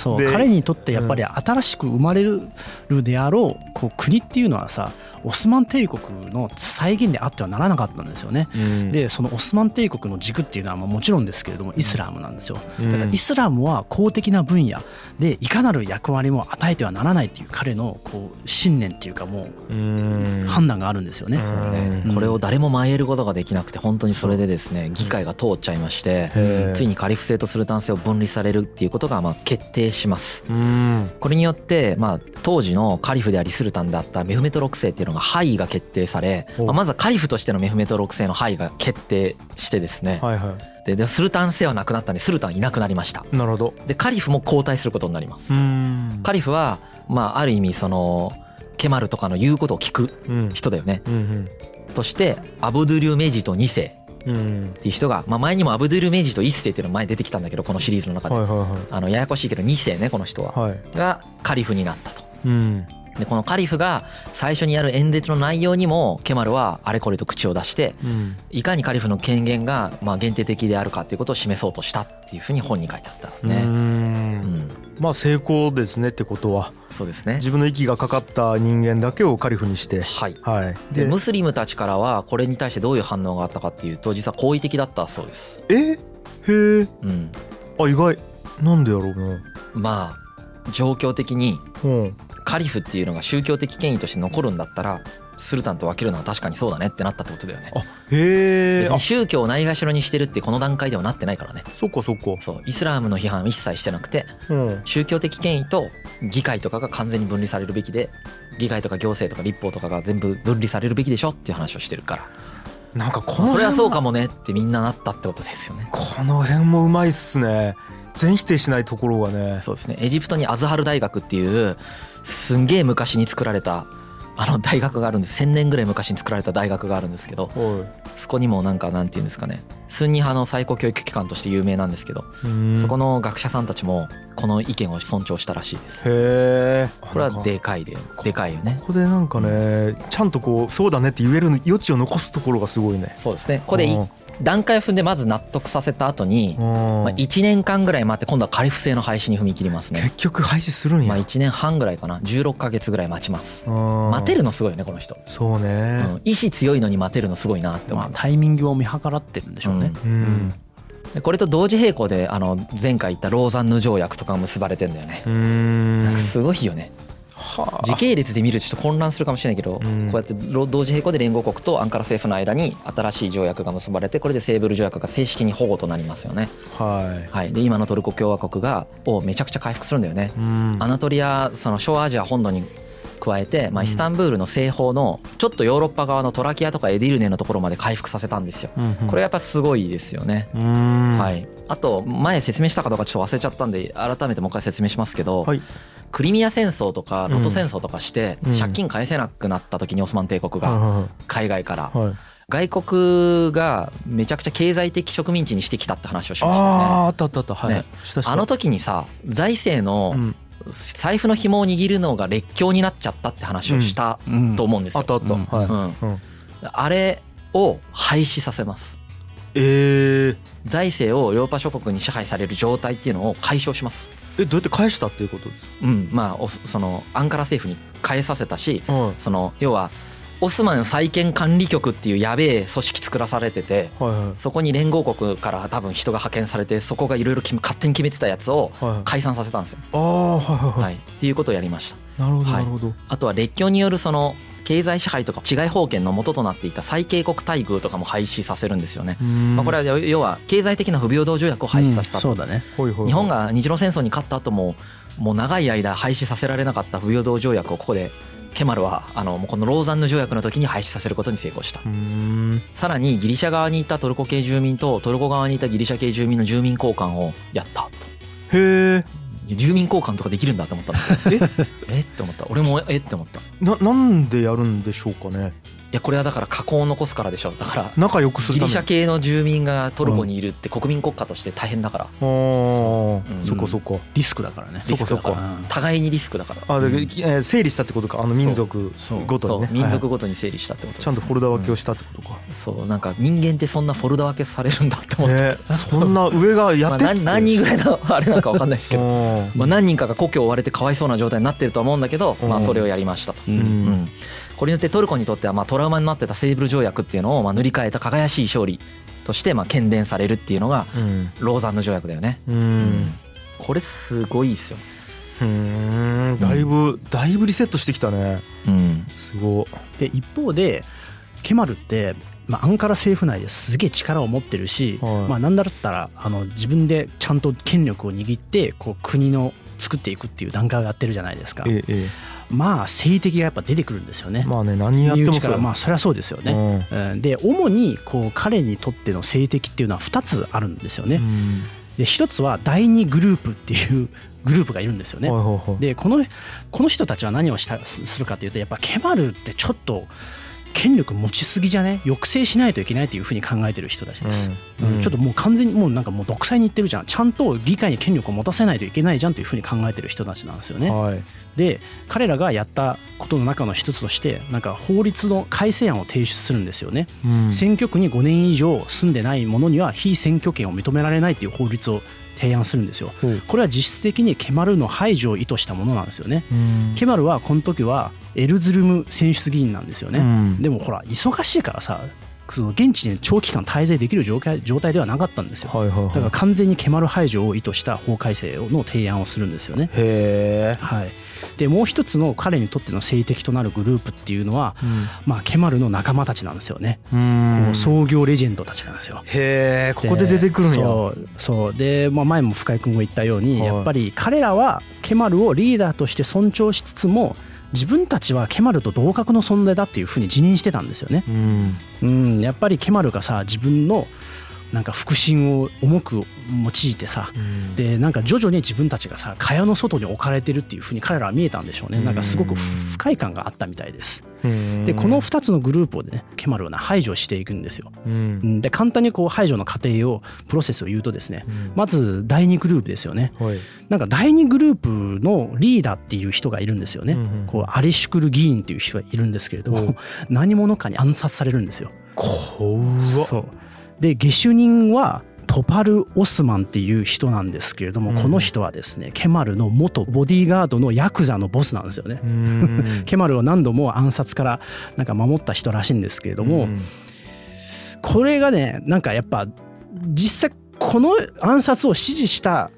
[SPEAKER 4] そう
[SPEAKER 2] で
[SPEAKER 4] 彼にとってやっぱり新しく生まれるであろうこう国っていうのはさオスマン帝国の再現であってはならなかったんですよね。
[SPEAKER 2] うん
[SPEAKER 4] でそのオスマン帝国の軸っていうのはまあもちろんですけれどもイスラムなんですよ
[SPEAKER 2] うん
[SPEAKER 4] だからイスラムは公的な分野でいかなる役割も与えてはならないっていう彼のこう信念っていうかも
[SPEAKER 2] うん
[SPEAKER 4] う判断があるんですよね。
[SPEAKER 2] うん
[SPEAKER 4] うん
[SPEAKER 3] これを誰も参えることができなくて本当にそれでですね議会が通っちゃいまして
[SPEAKER 2] へー
[SPEAKER 3] ついにカリフ制とスルタン制を分離されるっていうことがまあ決定します
[SPEAKER 2] うん
[SPEAKER 3] これによってまあ当時のカリフでありスルタンだったメフメト6世っていうのが範囲が決定され
[SPEAKER 2] お
[SPEAKER 3] まあまずはカリフとしてのメフメト6世の範囲が決定してですね
[SPEAKER 2] はいはい
[SPEAKER 3] ででスルタン制はなくなったんでスルタンいなくなりました
[SPEAKER 2] なるほど
[SPEAKER 3] でカリフも交代することになります
[SPEAKER 2] うん
[SPEAKER 3] カリフはまあある意味そのケマルとかの言うことを聞く
[SPEAKER 2] うん
[SPEAKER 3] 人だよね
[SPEAKER 2] うん
[SPEAKER 3] としてアブドゥリュ・メジト2世
[SPEAKER 2] うんうん
[SPEAKER 3] っていう人が、まあ、前にもアブドゥル・メジと一世っていうの前に出てきたんだけどこのシリーズの中で、
[SPEAKER 2] はいは
[SPEAKER 3] あのややこしいけど2世ねこの人
[SPEAKER 2] い
[SPEAKER 3] は、
[SPEAKER 2] はいはい
[SPEAKER 3] がカリフになったと。
[SPEAKER 2] うん
[SPEAKER 3] でこのカリフが最初にやる演説の内容にもケマルはあれこれと口を出して
[SPEAKER 2] うん
[SPEAKER 3] いかにカリフの権限がまあ限定的であるかっていうことを示そうとしたっていうふうに本に書いてあった
[SPEAKER 2] う
[SPEAKER 3] ね。うんん、
[SPEAKER 2] まあ成功ですねってことは
[SPEAKER 3] そうですね
[SPEAKER 2] 自分の息がかかった人間だけをカリフにして
[SPEAKER 3] はい
[SPEAKER 2] はい
[SPEAKER 3] でムスリムたちからはこれに対してどういう反応があったかっていうと実は好意的だったそうです。
[SPEAKER 2] えへえ
[SPEAKER 3] うん、
[SPEAKER 2] あ意外なんでやろうな
[SPEAKER 3] まあ状況的に
[SPEAKER 2] うん
[SPEAKER 3] カリフっていうのが宗教的権威として残るんだったらスルタンと分けるのは確かにそうだねってなったってことだよね
[SPEAKER 2] あ。へえ
[SPEAKER 3] 別
[SPEAKER 2] あ
[SPEAKER 3] に宗教をないがしろにしてるってこの段階ではなってないからね
[SPEAKER 2] そっかそっか
[SPEAKER 3] そうイスラームの批判は一切してなくて
[SPEAKER 2] うん
[SPEAKER 3] 宗教的権威と議会とかが完全に分離されるべきで議会とか行政とか立法とかが全部分離されるべきでしょっていう話をしてるから、
[SPEAKER 2] なんかこ
[SPEAKER 3] ま
[SPEAKER 2] の
[SPEAKER 3] あそれはそう
[SPEAKER 2] も
[SPEAKER 3] かもねってみんななったってことですよね
[SPEAKER 2] この辺もうまいっすね全否定しないところがね
[SPEAKER 3] そうですねエジプトにアズハル大学っていうすんげえ昔に作られたあの大学があるんです1,000年ぐらい昔に作られた大学があるんですけど
[SPEAKER 2] は
[SPEAKER 3] そこにもなんかなんていうんですかねスンニ派の最高教育機関として有名なんですけど、
[SPEAKER 2] いうん
[SPEAKER 3] そこの学者さんたちもこの意見を尊重したらしいです。
[SPEAKER 2] へえ
[SPEAKER 3] これはでかいででかいよね
[SPEAKER 2] こ。こでなんかねちゃんとこうそうだねって言える余地を残すところがすごいね
[SPEAKER 3] そうですね。ここでい
[SPEAKER 2] うん
[SPEAKER 3] 段階踏んでまず納得させた後に、
[SPEAKER 2] うん
[SPEAKER 3] まあ、1年間ぐらい待って今度はカリフ制の廃止に踏み切りますね。
[SPEAKER 2] 結局廃止するんや
[SPEAKER 3] まあ1年半ぐらいかな16ヶ月ぐらい待ちます。
[SPEAKER 2] 待
[SPEAKER 3] 待てるのすごいよねこの人。
[SPEAKER 2] そう
[SPEAKER 3] う
[SPEAKER 2] ね
[SPEAKER 3] ん意志強いのに待てるのすごいなって思
[SPEAKER 4] まあ
[SPEAKER 3] い、ます。
[SPEAKER 4] タイミングを見計らってるんでしょうね。
[SPEAKER 2] うん、
[SPEAKER 3] でこれと同時並行であの前回言ったローザンヌ条約とかが結ばれてんだよね。
[SPEAKER 2] うん
[SPEAKER 3] なんかすごいよね。
[SPEAKER 2] はあ
[SPEAKER 3] 時系列で見るとちょっと混乱するかもしれないけど、
[SPEAKER 2] うん
[SPEAKER 3] こうやって同時並行で連合国とアンカラ政府の間に新しい条約が結ばれてこれでセーブル条約が正式に保護となりますよね、
[SPEAKER 2] は
[SPEAKER 3] はい、で今のトルコ共和国がをめちゃくちゃ回復するんだよね
[SPEAKER 2] い、うん
[SPEAKER 3] アナトリアその小アジア本土に加えて、まあ、イスタンブールの西方のちょっとヨーロッパ側のトラキアとかエディルネのところまで回復させたんですよこれやっぱすごいですよね、
[SPEAKER 2] うん
[SPEAKER 3] はいい、あと前説明したかどうかちょっと忘れちゃったんで改めてもう一回説明しますけど、
[SPEAKER 2] はい
[SPEAKER 3] クリミア戦争とかロト戦争とかして
[SPEAKER 2] うん
[SPEAKER 3] 借金返せなくなった時にオスマン帝国が
[SPEAKER 2] は
[SPEAKER 3] 海外から
[SPEAKER 2] いはいはい
[SPEAKER 3] 外国がめちゃくちゃ経済的植民地にしてきたって話をしましたよね。
[SPEAKER 2] あーあったあったあったはい、
[SPEAKER 3] ね
[SPEAKER 2] したした
[SPEAKER 3] あの時にさ財政
[SPEAKER 2] う
[SPEAKER 3] の
[SPEAKER 2] ん
[SPEAKER 3] 財布の紐を握るのが列強になっちゃったって話をした
[SPEAKER 4] うん
[SPEAKER 3] と思うんです
[SPEAKER 2] あ
[SPEAKER 3] よ
[SPEAKER 2] っ。たあった、
[SPEAKER 4] うん
[SPEAKER 2] はい、
[SPEAKER 3] うん
[SPEAKER 2] うん
[SPEAKER 3] あれを廃止させます。
[SPEAKER 2] えー、
[SPEAKER 3] 財政をヨーロッパ諸国に支配される状態っていうのを解消します。
[SPEAKER 2] えどうやって返したっていうことです
[SPEAKER 3] うん、まあおそのアンカラ政府に変えさせたし、
[SPEAKER 2] かはい
[SPEAKER 3] その要はオスマン再建管理局っていうやべえ組織作らされてて
[SPEAKER 2] はいはい
[SPEAKER 3] そこに連合国から多分人が派遣されてそこがいろいろ勝手に決めてたやつを
[SPEAKER 2] はいはい
[SPEAKER 3] 解散させたんですよ。
[SPEAKER 2] ああはいはいはい、
[SPEAKER 3] はい、っていうことをやりました。
[SPEAKER 2] なるほど
[SPEAKER 3] は
[SPEAKER 2] ないるほど、
[SPEAKER 3] あとは列強によるその経済支配とか治外法権の元となっていた最恵国待遇とかも廃止させるんですよね。
[SPEAKER 2] うん
[SPEAKER 3] まあ、これ
[SPEAKER 2] は
[SPEAKER 3] は要は経済的な不平等条約を廃止させたと
[SPEAKER 4] うんそうだね。
[SPEAKER 2] いはいはい
[SPEAKER 3] 日本が日露戦争に勝った後ももう長い間廃止させられなかった不平等条約をここでケマルはあのもうこのローザンヌ条約の時に廃止させることに成功した
[SPEAKER 2] うん
[SPEAKER 3] さらにギリシャ側にいたトルコ系住民とトルコ側にいたギリシャ系住民の住民交換をやったと
[SPEAKER 2] へえ
[SPEAKER 3] いや住民交換とかできるんだ <laughs> と思ったんですよええって思った俺もええって思った
[SPEAKER 2] ななんでやるんでしょうかね
[SPEAKER 3] やこれはだから禍根を残すからでしょだから
[SPEAKER 2] 仲良くす
[SPEAKER 3] ギ
[SPEAKER 2] るため
[SPEAKER 3] リシ
[SPEAKER 2] に
[SPEAKER 3] ャ系の住民がトルコにいるって国民国家として大変だから
[SPEAKER 2] あー
[SPEAKER 3] うん
[SPEAKER 2] そっかそっか
[SPEAKER 4] リスクだからね
[SPEAKER 2] そっかそっ
[SPEAKER 3] リスクだ
[SPEAKER 2] か
[SPEAKER 4] うん
[SPEAKER 3] 互いにリスクだから
[SPEAKER 2] あで、
[SPEAKER 4] うん
[SPEAKER 2] えー整理したってことかあの民族
[SPEAKER 4] そう
[SPEAKER 2] ごと
[SPEAKER 3] そ
[SPEAKER 2] に
[SPEAKER 3] う
[SPEAKER 2] ね
[SPEAKER 3] 民族
[SPEAKER 2] はい
[SPEAKER 3] ごとに整理したってことです
[SPEAKER 2] ちゃんとフォルダ分けをしたってことか、
[SPEAKER 3] そうなんか人間ってそんなフォルダ分けされるんだって思って
[SPEAKER 4] <laughs>
[SPEAKER 2] ねそんな上がや
[SPEAKER 3] ま
[SPEAKER 2] っ
[SPEAKER 3] あ
[SPEAKER 2] てっ
[SPEAKER 3] 何
[SPEAKER 2] つって
[SPEAKER 3] 何人ぐらいの <laughs> あれなのか分かんないですけど
[SPEAKER 2] うん
[SPEAKER 3] まあ何人かが故郷を追われてかわいそうな状態になってるとは思うんだけどまあ
[SPEAKER 2] うん
[SPEAKER 3] それをやりましたと。
[SPEAKER 4] う
[SPEAKER 2] うん
[SPEAKER 3] うんん、これによってトルコにとってはまあトラウマになってたセーブル条約っていうのをまあ塗り替えた輝しい勝利としてまあ喧伝されるっていうのが
[SPEAKER 2] うん
[SPEAKER 3] ローザンヌ条約だよね、
[SPEAKER 2] う
[SPEAKER 3] うんこれすごいですよ、
[SPEAKER 2] うんだいぶだいぶリセットしてきたね
[SPEAKER 3] うん、
[SPEAKER 2] すご
[SPEAKER 4] で一方でケマルって、まあ、アンカラ政府内ですげえ力を持ってるし、
[SPEAKER 2] はい
[SPEAKER 4] まあ、なんだったらあの自分でちゃんと権力を握ってこう国の作っていくっていう段階をやってるじゃないですか
[SPEAKER 2] えええ
[SPEAKER 4] まあ政敵がやっぱ出てくるんですよね
[SPEAKER 2] え。まあね何やって
[SPEAKER 4] 身
[SPEAKER 2] も
[SPEAKER 4] 内
[SPEAKER 2] そ
[SPEAKER 4] か
[SPEAKER 2] う
[SPEAKER 4] らまあそりゃそうですよね。
[SPEAKER 2] ね
[SPEAKER 4] うんで主にこう彼にとっての政敵っていうのは2つあるんですよね。で1つは第2グループっていうグループがいるんですよね
[SPEAKER 2] はい。はいはい
[SPEAKER 4] でこのこの人たちは何をしたすするかというとやっぱケマルってちょっと権力持ちすぎじゃね抑制しないといけないというふうに考えてる人たちです、
[SPEAKER 2] うん
[SPEAKER 4] うんちょっともう完全にもうなんかもう独裁にいってるじゃんちゃんと議会に権力を持たせないといけないじゃんというふうに考えてる人たちなんですよね、
[SPEAKER 2] はい
[SPEAKER 4] で彼らがやったことの中の一つとしてなんか法律の改正案を提出するんですよね、
[SPEAKER 2] うん
[SPEAKER 4] 選挙区に5年以上住んでない者には被選挙権を認められないという法律を提案するんですよ
[SPEAKER 2] ほう
[SPEAKER 4] これは実質的にケマルの排除を意図したものなんですよね
[SPEAKER 2] うん
[SPEAKER 4] ケマルはこの時はエルズルム選出議員なんですよね、
[SPEAKER 2] うん
[SPEAKER 4] でもほら忙しいからさその現地に長期間滞在できる状態状態ではなかったんですよ
[SPEAKER 2] はいはい
[SPEAKER 4] だから
[SPEAKER 2] は
[SPEAKER 4] 完全にケマル排除を意図した法改正の提案をするんですよね
[SPEAKER 2] いへえ
[SPEAKER 4] はい、でもう一つの彼にとっての政敵となるグループっていうのは、まあ、ケマルの仲間たちなんですよね、
[SPEAKER 2] うん
[SPEAKER 4] こう創業レジェンドたちなんですよ。
[SPEAKER 2] へえここで出てくるんや
[SPEAKER 4] そうそうで、まあ、前も深井君が言ったように、
[SPEAKER 2] はい
[SPEAKER 4] やっぱり彼らはケマルをリーダーとして尊重しつつも自分たちはケマルと同格の存在だっていうふうに自認してたんですよね。
[SPEAKER 2] うん
[SPEAKER 4] うん、やっぱりケマルがさ自分のなんか腹心を重く用いてさ、
[SPEAKER 2] うん
[SPEAKER 4] でなんか徐々に自分たちがさ蚊帳の外に置かれてるっていうふうに彼らは見えたんでしょうねなんかすごく不快感があったみたいです
[SPEAKER 2] うん
[SPEAKER 4] でこの2つのグループをねケマルはね排除していくんですよ
[SPEAKER 2] うん
[SPEAKER 4] うんで簡単にこう排除の過程をプロセスを言うとですね
[SPEAKER 2] うん
[SPEAKER 4] まず第2グループですよね
[SPEAKER 2] はい
[SPEAKER 4] なんか第2グループのリーダーっていう人がいるんですよね
[SPEAKER 2] うんうん
[SPEAKER 4] こうアリシュクル議員っていう人がいるんですけれ
[SPEAKER 2] お
[SPEAKER 4] ども
[SPEAKER 2] う
[SPEAKER 4] 何者かに暗殺されるんですよ
[SPEAKER 2] 怖っ
[SPEAKER 4] そうで下手人はトパル・オスマンっていう人なんですけれども、
[SPEAKER 2] うん
[SPEAKER 4] この人はですねケマルの元ボディーガードのヤクザのボスなんですよね
[SPEAKER 2] う。ん
[SPEAKER 4] ケマルを何度も暗殺からなんか守った人らしいんですけれど
[SPEAKER 2] う
[SPEAKER 4] も、
[SPEAKER 2] ん
[SPEAKER 4] これがねなんかやっぱ実際この暗殺を支持した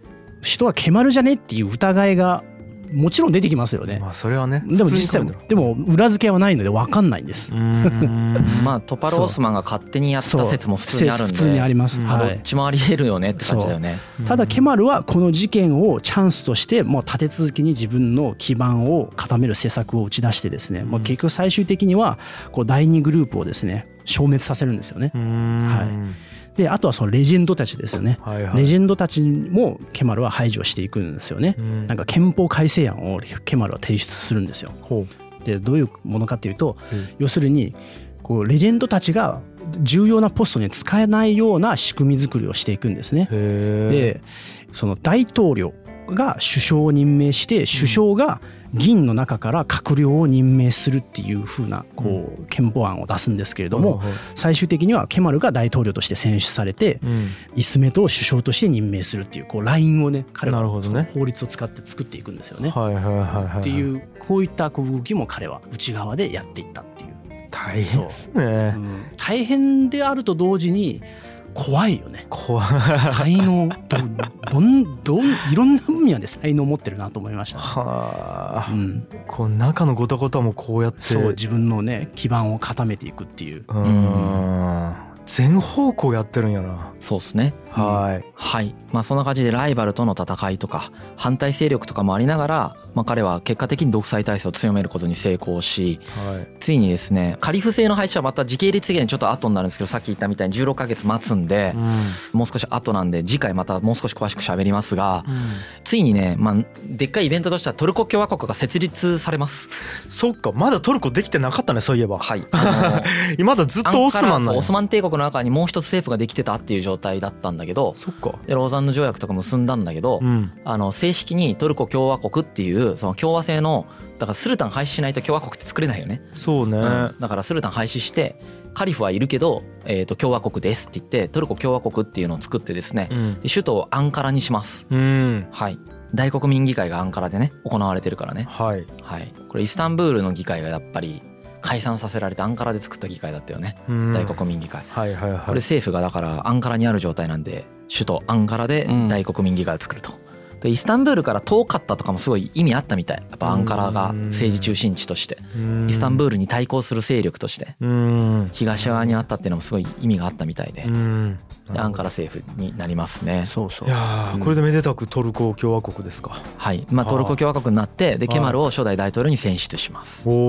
[SPEAKER 4] 人はケマルじゃねっていう疑いがもちろん出てきますよね。
[SPEAKER 2] まあそれはね
[SPEAKER 4] でも実際
[SPEAKER 2] 普通に来
[SPEAKER 4] でも裏付けはないので分かんないんです。
[SPEAKER 2] るんだろううん
[SPEAKER 3] まあトパロオスマンが勝手にやった説も普通にあるんで
[SPEAKER 4] 普通にあります。
[SPEAKER 2] うん
[SPEAKER 3] まあど
[SPEAKER 4] はい
[SPEAKER 3] っちもありえるよねって感じだよね
[SPEAKER 4] ただケマルはこの事件をチャンスとしてもう立て続けに自分の基盤を固める政策を打ち出してですね、まあ、結局最終的にはこう第2グループをですね消滅させるんですよね
[SPEAKER 2] う。ん
[SPEAKER 4] であとはそのレジェンドたちですよね。
[SPEAKER 2] はいはい
[SPEAKER 4] レジェンドたちもケマルは排除していくんですよね。
[SPEAKER 2] うん
[SPEAKER 4] なんか憲法改正案をケマルは提出するんですよ。
[SPEAKER 2] ほ
[SPEAKER 4] でどういうものかっていうと
[SPEAKER 2] うん
[SPEAKER 4] 要するにこうレジェンドたちが重要なポストに使えないような仕組み作りをしていくんですね
[SPEAKER 2] う。へえ
[SPEAKER 4] でその大統領が首相を任命して首相が議員の中から閣僚を任命するっていう風なこう憲法案を出すんですけれども
[SPEAKER 2] はいはい
[SPEAKER 4] 最終的にはケマルが大統領として選出されて
[SPEAKER 2] うん
[SPEAKER 4] イスメトを首相として任命するっていうこうラインをね彼は
[SPEAKER 2] なるほどね
[SPEAKER 4] その法律を使って作っていくんですよね。
[SPEAKER 2] はいはいはいはい
[SPEAKER 4] っていうこういったこう動きも彼は内側でやっていったっていう、
[SPEAKER 2] 大変ですね
[SPEAKER 4] うん大変であると同時に怖いよ
[SPEAKER 2] <laughs>
[SPEAKER 4] ね。
[SPEAKER 2] 怖い
[SPEAKER 4] 才能どどんどんいろんな分野で才能を持ってるなと思いました、
[SPEAKER 2] は
[SPEAKER 4] う
[SPEAKER 2] あ
[SPEAKER 4] ん、
[SPEAKER 2] こう中のごたごたもこうやって
[SPEAKER 4] そう自分のね基盤を固めていくっていう
[SPEAKER 2] うん全方向やってるんやな。
[SPEAKER 3] そうですね
[SPEAKER 2] はい。
[SPEAKER 3] はいまあそんな感じでライバルとの戦いとか反対勢力とかもありながら、まあ、彼は結果的に独裁体制を強めることに成功し
[SPEAKER 2] はい。
[SPEAKER 3] ついにですねカリフ制の廃止はまた時系列的にちょっと後になるんですけどさっき言ったみたいに16ヶ月待つんでもう少し後なんで次回またもう少し詳しく喋りますが
[SPEAKER 2] うん。
[SPEAKER 3] ついにね、まあ、でっかいイベントとしてはトルコ共和国が設立されます。
[SPEAKER 2] そっか、まだトルコできてなかったね、そういえば。 <laughs>
[SPEAKER 3] はい、あの
[SPEAKER 2] まだずっ
[SPEAKER 3] アンカ
[SPEAKER 2] と
[SPEAKER 3] ラ
[SPEAKER 2] オスマンな
[SPEAKER 3] そう
[SPEAKER 2] の
[SPEAKER 3] オ。スマン帝国の中にもう一つ政府ができてたっていう状態だったんだけど
[SPEAKER 2] そっか。
[SPEAKER 3] でローザンヌ条約とか結んだんだけど、
[SPEAKER 2] うん。
[SPEAKER 3] あの正式にトルコ共和国っていうその共和制のだからスルタン廃止しないと共和国って作れないよね、
[SPEAKER 2] そうね。
[SPEAKER 3] うんだからスルタン廃止してカリフはいるけど、えー、と共和国ですって言ってトルコ共和国っていうのを作ってですね、
[SPEAKER 2] うん。
[SPEAKER 3] で首都をアンカラにします。
[SPEAKER 2] うん。
[SPEAKER 3] はい大国民議会がアンカラでね行われてるからね
[SPEAKER 2] はい。
[SPEAKER 3] はい、これイスタンブールの議会がやっぱり解散させられてアンカラで作った議会だったよね、
[SPEAKER 2] うん
[SPEAKER 3] 大。国民議会
[SPEAKER 2] はいはい
[SPEAKER 3] こ
[SPEAKER 2] は
[SPEAKER 3] れ
[SPEAKER 2] い。
[SPEAKER 3] 政府がだからアンカラにある状態なんで首都アンカラで
[SPEAKER 2] うん
[SPEAKER 3] 大国民議会を作ると、でイスタンブールから遠かったとかもすごい意味あったみたいやっぱアンカラが政治中心地としてイスタン
[SPEAKER 2] ー
[SPEAKER 3] ブールに対抗する勢力として
[SPEAKER 2] ル。うん。
[SPEAKER 3] 東側にあったっていうのもすごい意味があったみたいで
[SPEAKER 2] う、ん。
[SPEAKER 3] でアンカラ政府になりますね
[SPEAKER 4] そうそ
[SPEAKER 2] いやーこれでめでたくトルコ共和国ですか。
[SPEAKER 3] はい、まあ、
[SPEAKER 2] はあ
[SPEAKER 3] トルコ共和国になって
[SPEAKER 2] は
[SPEAKER 3] で
[SPEAKER 2] い
[SPEAKER 3] ケマルを初代大統領に選出します
[SPEAKER 2] お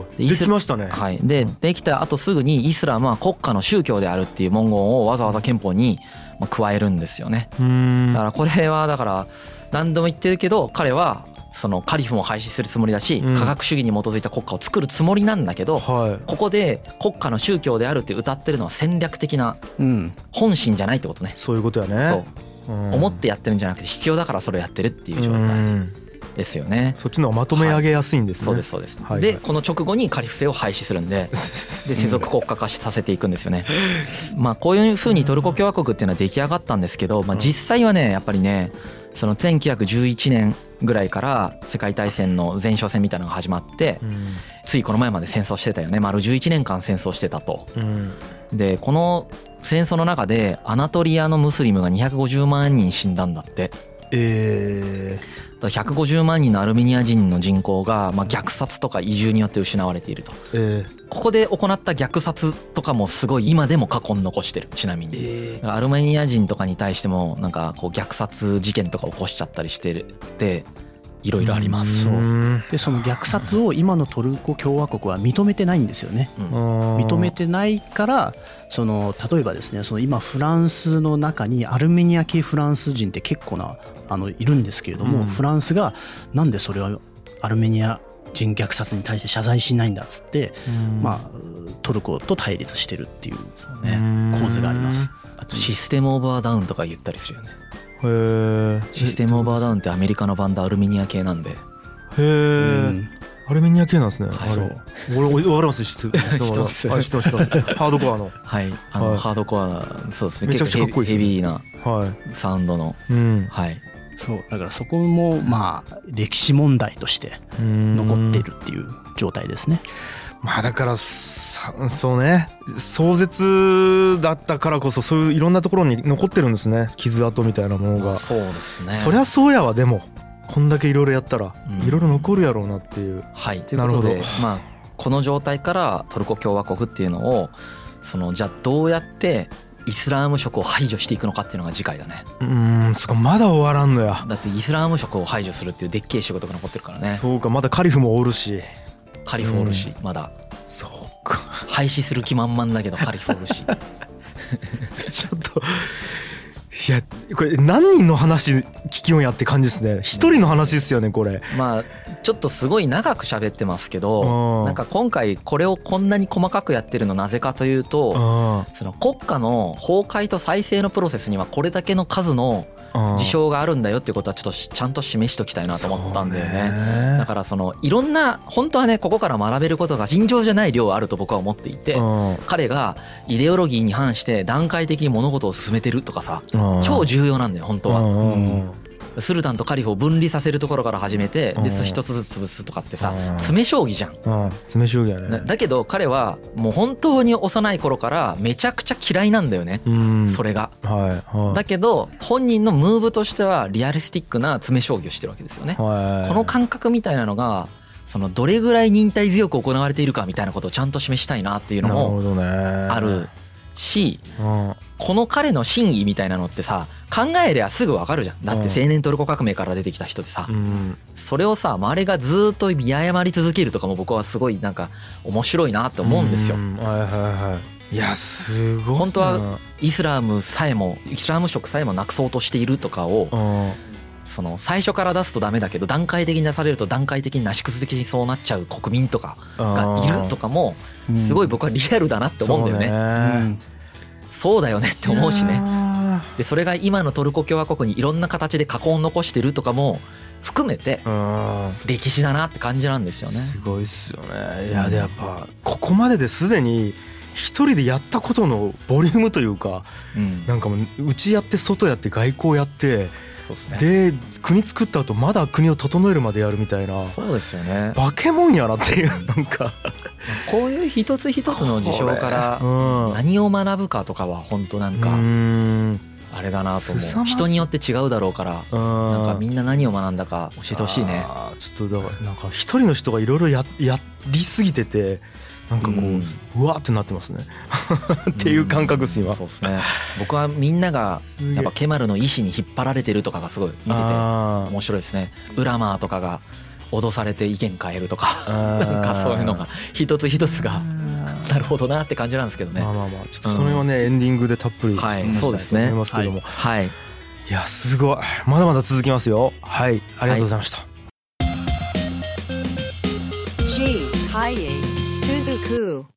[SPEAKER 2] お。
[SPEAKER 3] で
[SPEAKER 2] できましたね。
[SPEAKER 3] はい、でできた後すぐにイスラムは国家の宗教であるっていう文言をわざわざ憲法にまあ加えるんですよね
[SPEAKER 2] うん
[SPEAKER 3] だからこれはだから何度も言ってるけど彼はそのカリフも廃止するつもりだし
[SPEAKER 2] うん
[SPEAKER 3] 科学主義に基づいた国家を作るつもりなんだけど
[SPEAKER 2] は
[SPEAKER 3] ここで国家の宗教であるって歌ってるのは戦略的な
[SPEAKER 4] うん
[SPEAKER 3] 本心じゃないってことね
[SPEAKER 2] い。。そういうことや
[SPEAKER 3] そう
[SPEAKER 2] ね。うん
[SPEAKER 3] 思ってやってるんじゃなくて必要だからそれをやってるっていう状態
[SPEAKER 2] ん
[SPEAKER 3] ですよね。
[SPEAKER 2] そっちの方がまとめ上げやすいんですね。
[SPEAKER 3] そうですそうです
[SPEAKER 2] はいは。い
[SPEAKER 3] でこの直後にカリフ制を廃止するんでで世俗国家化しさせていくんです
[SPEAKER 2] <laughs>
[SPEAKER 3] よね。まあこういうふうにトルコ共和国っていうのは出来上がったんですけど、まあ、
[SPEAKER 2] うん
[SPEAKER 3] 実際はねやっぱりねその1911年ぐらいから世界大戦の前哨戦みたいなのが始まって
[SPEAKER 2] うん
[SPEAKER 3] ついこの前まで戦争してたよね丸11年間戦争してたと。
[SPEAKER 2] うん
[SPEAKER 3] でこの戦争の中でアナトリアのムスリムが250万人死んだんだって。
[SPEAKER 2] え
[SPEAKER 3] だから150万人のアルメニア人の人口が、まあ、虐殺とか移住によって失われていると
[SPEAKER 2] ーえ
[SPEAKER 3] ここで行った虐殺とかもすごい今でも過去に残してるちなみに
[SPEAKER 2] ー
[SPEAKER 3] アルメニア人とかに対してもなんかこう虐殺事件とか起こしちゃったりしてるっていろいろあります。
[SPEAKER 2] う
[SPEAKER 3] うん
[SPEAKER 2] ん
[SPEAKER 4] でその虐殺を今のトルコ共和国は認めてないんですよね認めてないからその例えばですねその今フランスの中にアルメニア系フランス人って結構なあのいるんですけれど
[SPEAKER 2] う
[SPEAKER 4] も、
[SPEAKER 2] ん
[SPEAKER 4] フランスがなんでそれはアルメニア人虐殺に対して謝罪しないんだっつって、
[SPEAKER 2] うん
[SPEAKER 4] まあ、トルコと対立してるっていう
[SPEAKER 3] そう
[SPEAKER 4] ね
[SPEAKER 3] ね
[SPEAKER 4] 構図があります。
[SPEAKER 3] あとシステム・オーバーダウンとか言ったりするよね
[SPEAKER 2] へえ
[SPEAKER 3] システム・オーバーダウンってアメリカのバンドアルメニア系なんで
[SPEAKER 2] へ
[SPEAKER 4] う
[SPEAKER 2] え
[SPEAKER 4] ん
[SPEAKER 2] アルメニア系なんですね
[SPEAKER 3] はい
[SPEAKER 2] あれ俺俺わかります知ってる <laughs> 知ってますはい知ってます知って <laughs> ますハードコアの
[SPEAKER 3] はいあの
[SPEAKER 2] はい
[SPEAKER 3] ハードコアなそうですね
[SPEAKER 2] めちゃくちゃかっこいいです
[SPEAKER 3] ヘ
[SPEAKER 2] ね
[SPEAKER 3] ビーな
[SPEAKER 2] は
[SPEAKER 3] サウンドの
[SPEAKER 2] いうん
[SPEAKER 3] はい
[SPEAKER 4] そうだからそこもまあ歴史問題として残ってるっていう状態ですね。
[SPEAKER 2] まあだからさそうね壮絶だったからこそそういういろんなところに残ってるんですね傷跡みたいなものが、
[SPEAKER 3] そうですね
[SPEAKER 2] そりゃそうやわでもこんだけいろいろやったら
[SPEAKER 3] うん
[SPEAKER 2] いろいろ残るやろうなっていう
[SPEAKER 3] はいということ
[SPEAKER 2] な
[SPEAKER 3] で
[SPEAKER 2] るほ
[SPEAKER 3] まあこの状態からトルコ共和国っていうのをそのじゃあどうやってイスラーム色を排除していくのかっていうのが次回だね
[SPEAKER 2] うーんそっかまだ終わらんのや、
[SPEAKER 3] だってイスラーム色を排除するっていうでっけえ仕事が残ってるからね
[SPEAKER 2] そうかまだカリフもおるし
[SPEAKER 3] カリフォルシまだ
[SPEAKER 2] そうか <laughs>
[SPEAKER 3] 廃止する気満々だけどカリフォルシ
[SPEAKER 2] ちょっといやこれ何人の話聞きよんやって感じですね一人の話ですよねこれ
[SPEAKER 3] まあちょっとすごい長く喋ってますけ
[SPEAKER 2] う
[SPEAKER 3] ど
[SPEAKER 2] ん
[SPEAKER 3] なんか今回これをこんなに細かくやってるのなぜかというと、
[SPEAKER 2] あ
[SPEAKER 3] その国家の崩壊と再生のプロセスにはこれだけの数の
[SPEAKER 2] あ
[SPEAKER 3] 事象があるんだよってことはちょっとしちゃんと示しときたいなと思ったんだよね。だ
[SPEAKER 2] ね
[SPEAKER 3] からそのいろんな本当はねここから学べることが尋常じゃない量あると僕は思っていて
[SPEAKER 2] うん
[SPEAKER 3] 彼がイデオロギーに反して段階的に物事を進めてるとかさ
[SPEAKER 2] うん
[SPEAKER 3] 超重要なんだよ本当は
[SPEAKER 2] うん
[SPEAKER 3] スルタンとカリフを分離させるところから始めて
[SPEAKER 2] うん
[SPEAKER 3] でそ一つずつ潰すとかってさ
[SPEAKER 2] うん
[SPEAKER 3] 詰将棋じゃん
[SPEAKER 2] うん、詰め将棋や
[SPEAKER 3] な
[SPEAKER 2] ね。
[SPEAKER 3] だけど彼はもう本当に幼い頃からめちゃくちゃ嫌いなんだよね
[SPEAKER 2] うん、
[SPEAKER 3] それが
[SPEAKER 2] はい、はい、
[SPEAKER 3] だけど本人のムーブとしてはリアリスティックな詰将棋をしてるわけですよね。
[SPEAKER 2] はい、
[SPEAKER 3] この感覚みたいなのがそのどれぐらい忍耐強く行われているかみたいなことをちゃんと示したいなっていう
[SPEAKER 2] なる
[SPEAKER 3] の
[SPEAKER 2] ほ
[SPEAKER 3] も
[SPEAKER 2] どね。
[SPEAKER 3] あるし
[SPEAKER 2] うん
[SPEAKER 3] この彼の真意みたいなのってさ考えりゃすぐわかるじゃんだって青年トルコ革命から出てきた人ってさ、
[SPEAKER 2] うん
[SPEAKER 3] それをさ周りがずーっと見誤り続けるとかも僕はすごいなんか面白いなと思うんですよ。
[SPEAKER 2] はいはいはいいやすごいな
[SPEAKER 3] 本当はイスラムさえもイスラム色さえもなくそうとしているとかを
[SPEAKER 2] うん
[SPEAKER 3] その最初から出すとダメだけど段階的に出されると段階的になし崩しにそうなっちゃう国民とかがいるとかも
[SPEAKER 4] うん
[SPEAKER 3] すごい僕はリアルだなって思うんだよね。
[SPEAKER 4] う
[SPEAKER 2] ね
[SPEAKER 4] ん
[SPEAKER 3] そうだよねって思うしね。
[SPEAKER 2] ね
[SPEAKER 3] でそれが今のトルコ共和国にいろんな形で禍根を残してるとかも含めて
[SPEAKER 2] うん
[SPEAKER 3] 歴史だなって感じなんですよね。
[SPEAKER 2] すごいっすよねいやでやっぱここまでですでに一人でやったことのボリュームというか
[SPEAKER 3] うん、
[SPEAKER 2] なんかもううちやって外やって外交やって
[SPEAKER 3] そうですね。
[SPEAKER 2] で国作った後まだ国を整えるまでやるみたいな
[SPEAKER 3] そうですよね。
[SPEAKER 2] バケモンやなっていう <laughs> なんか
[SPEAKER 3] こういう一つ一つの事象から
[SPEAKER 2] うん
[SPEAKER 3] 何を学ぶかとかは本当なん
[SPEAKER 2] う
[SPEAKER 3] か
[SPEAKER 2] ん
[SPEAKER 3] あれだなと
[SPEAKER 2] 凄
[SPEAKER 3] 思
[SPEAKER 2] ま
[SPEAKER 3] う。
[SPEAKER 2] じい
[SPEAKER 3] 人によって違うだろうから、
[SPEAKER 2] うん
[SPEAKER 3] なんかみんな何を学んだか教えてほしいね。
[SPEAKER 2] あーちょっとだからなんか一人の人がいろいろややりすぎててなんかこう、う
[SPEAKER 3] うん
[SPEAKER 2] わーってなってますね <laughs> っていう感覚っす今
[SPEAKER 3] そうですね。僕はみんなが
[SPEAKER 2] すげえ
[SPEAKER 3] やっぱケマルの意志に引っ張られてるとかがすごい見てて
[SPEAKER 2] あー
[SPEAKER 3] 面白いですね。ウラマーとかが脅されて意見変えるとか、
[SPEAKER 2] あー
[SPEAKER 3] なんかそういうのが一つ一つがなるほどなって感じなんですけどね
[SPEAKER 2] まあ。まあまあちょっとその辺はね、エンディングでたっぷりちょっと
[SPEAKER 3] はい
[SPEAKER 2] 話した
[SPEAKER 3] そうですね
[SPEAKER 2] と思いますけども、
[SPEAKER 3] はい。
[SPEAKER 2] い、やすごいまだまだ続きますよはいありがとうございました、
[SPEAKER 1] G. Kaye Suzuku.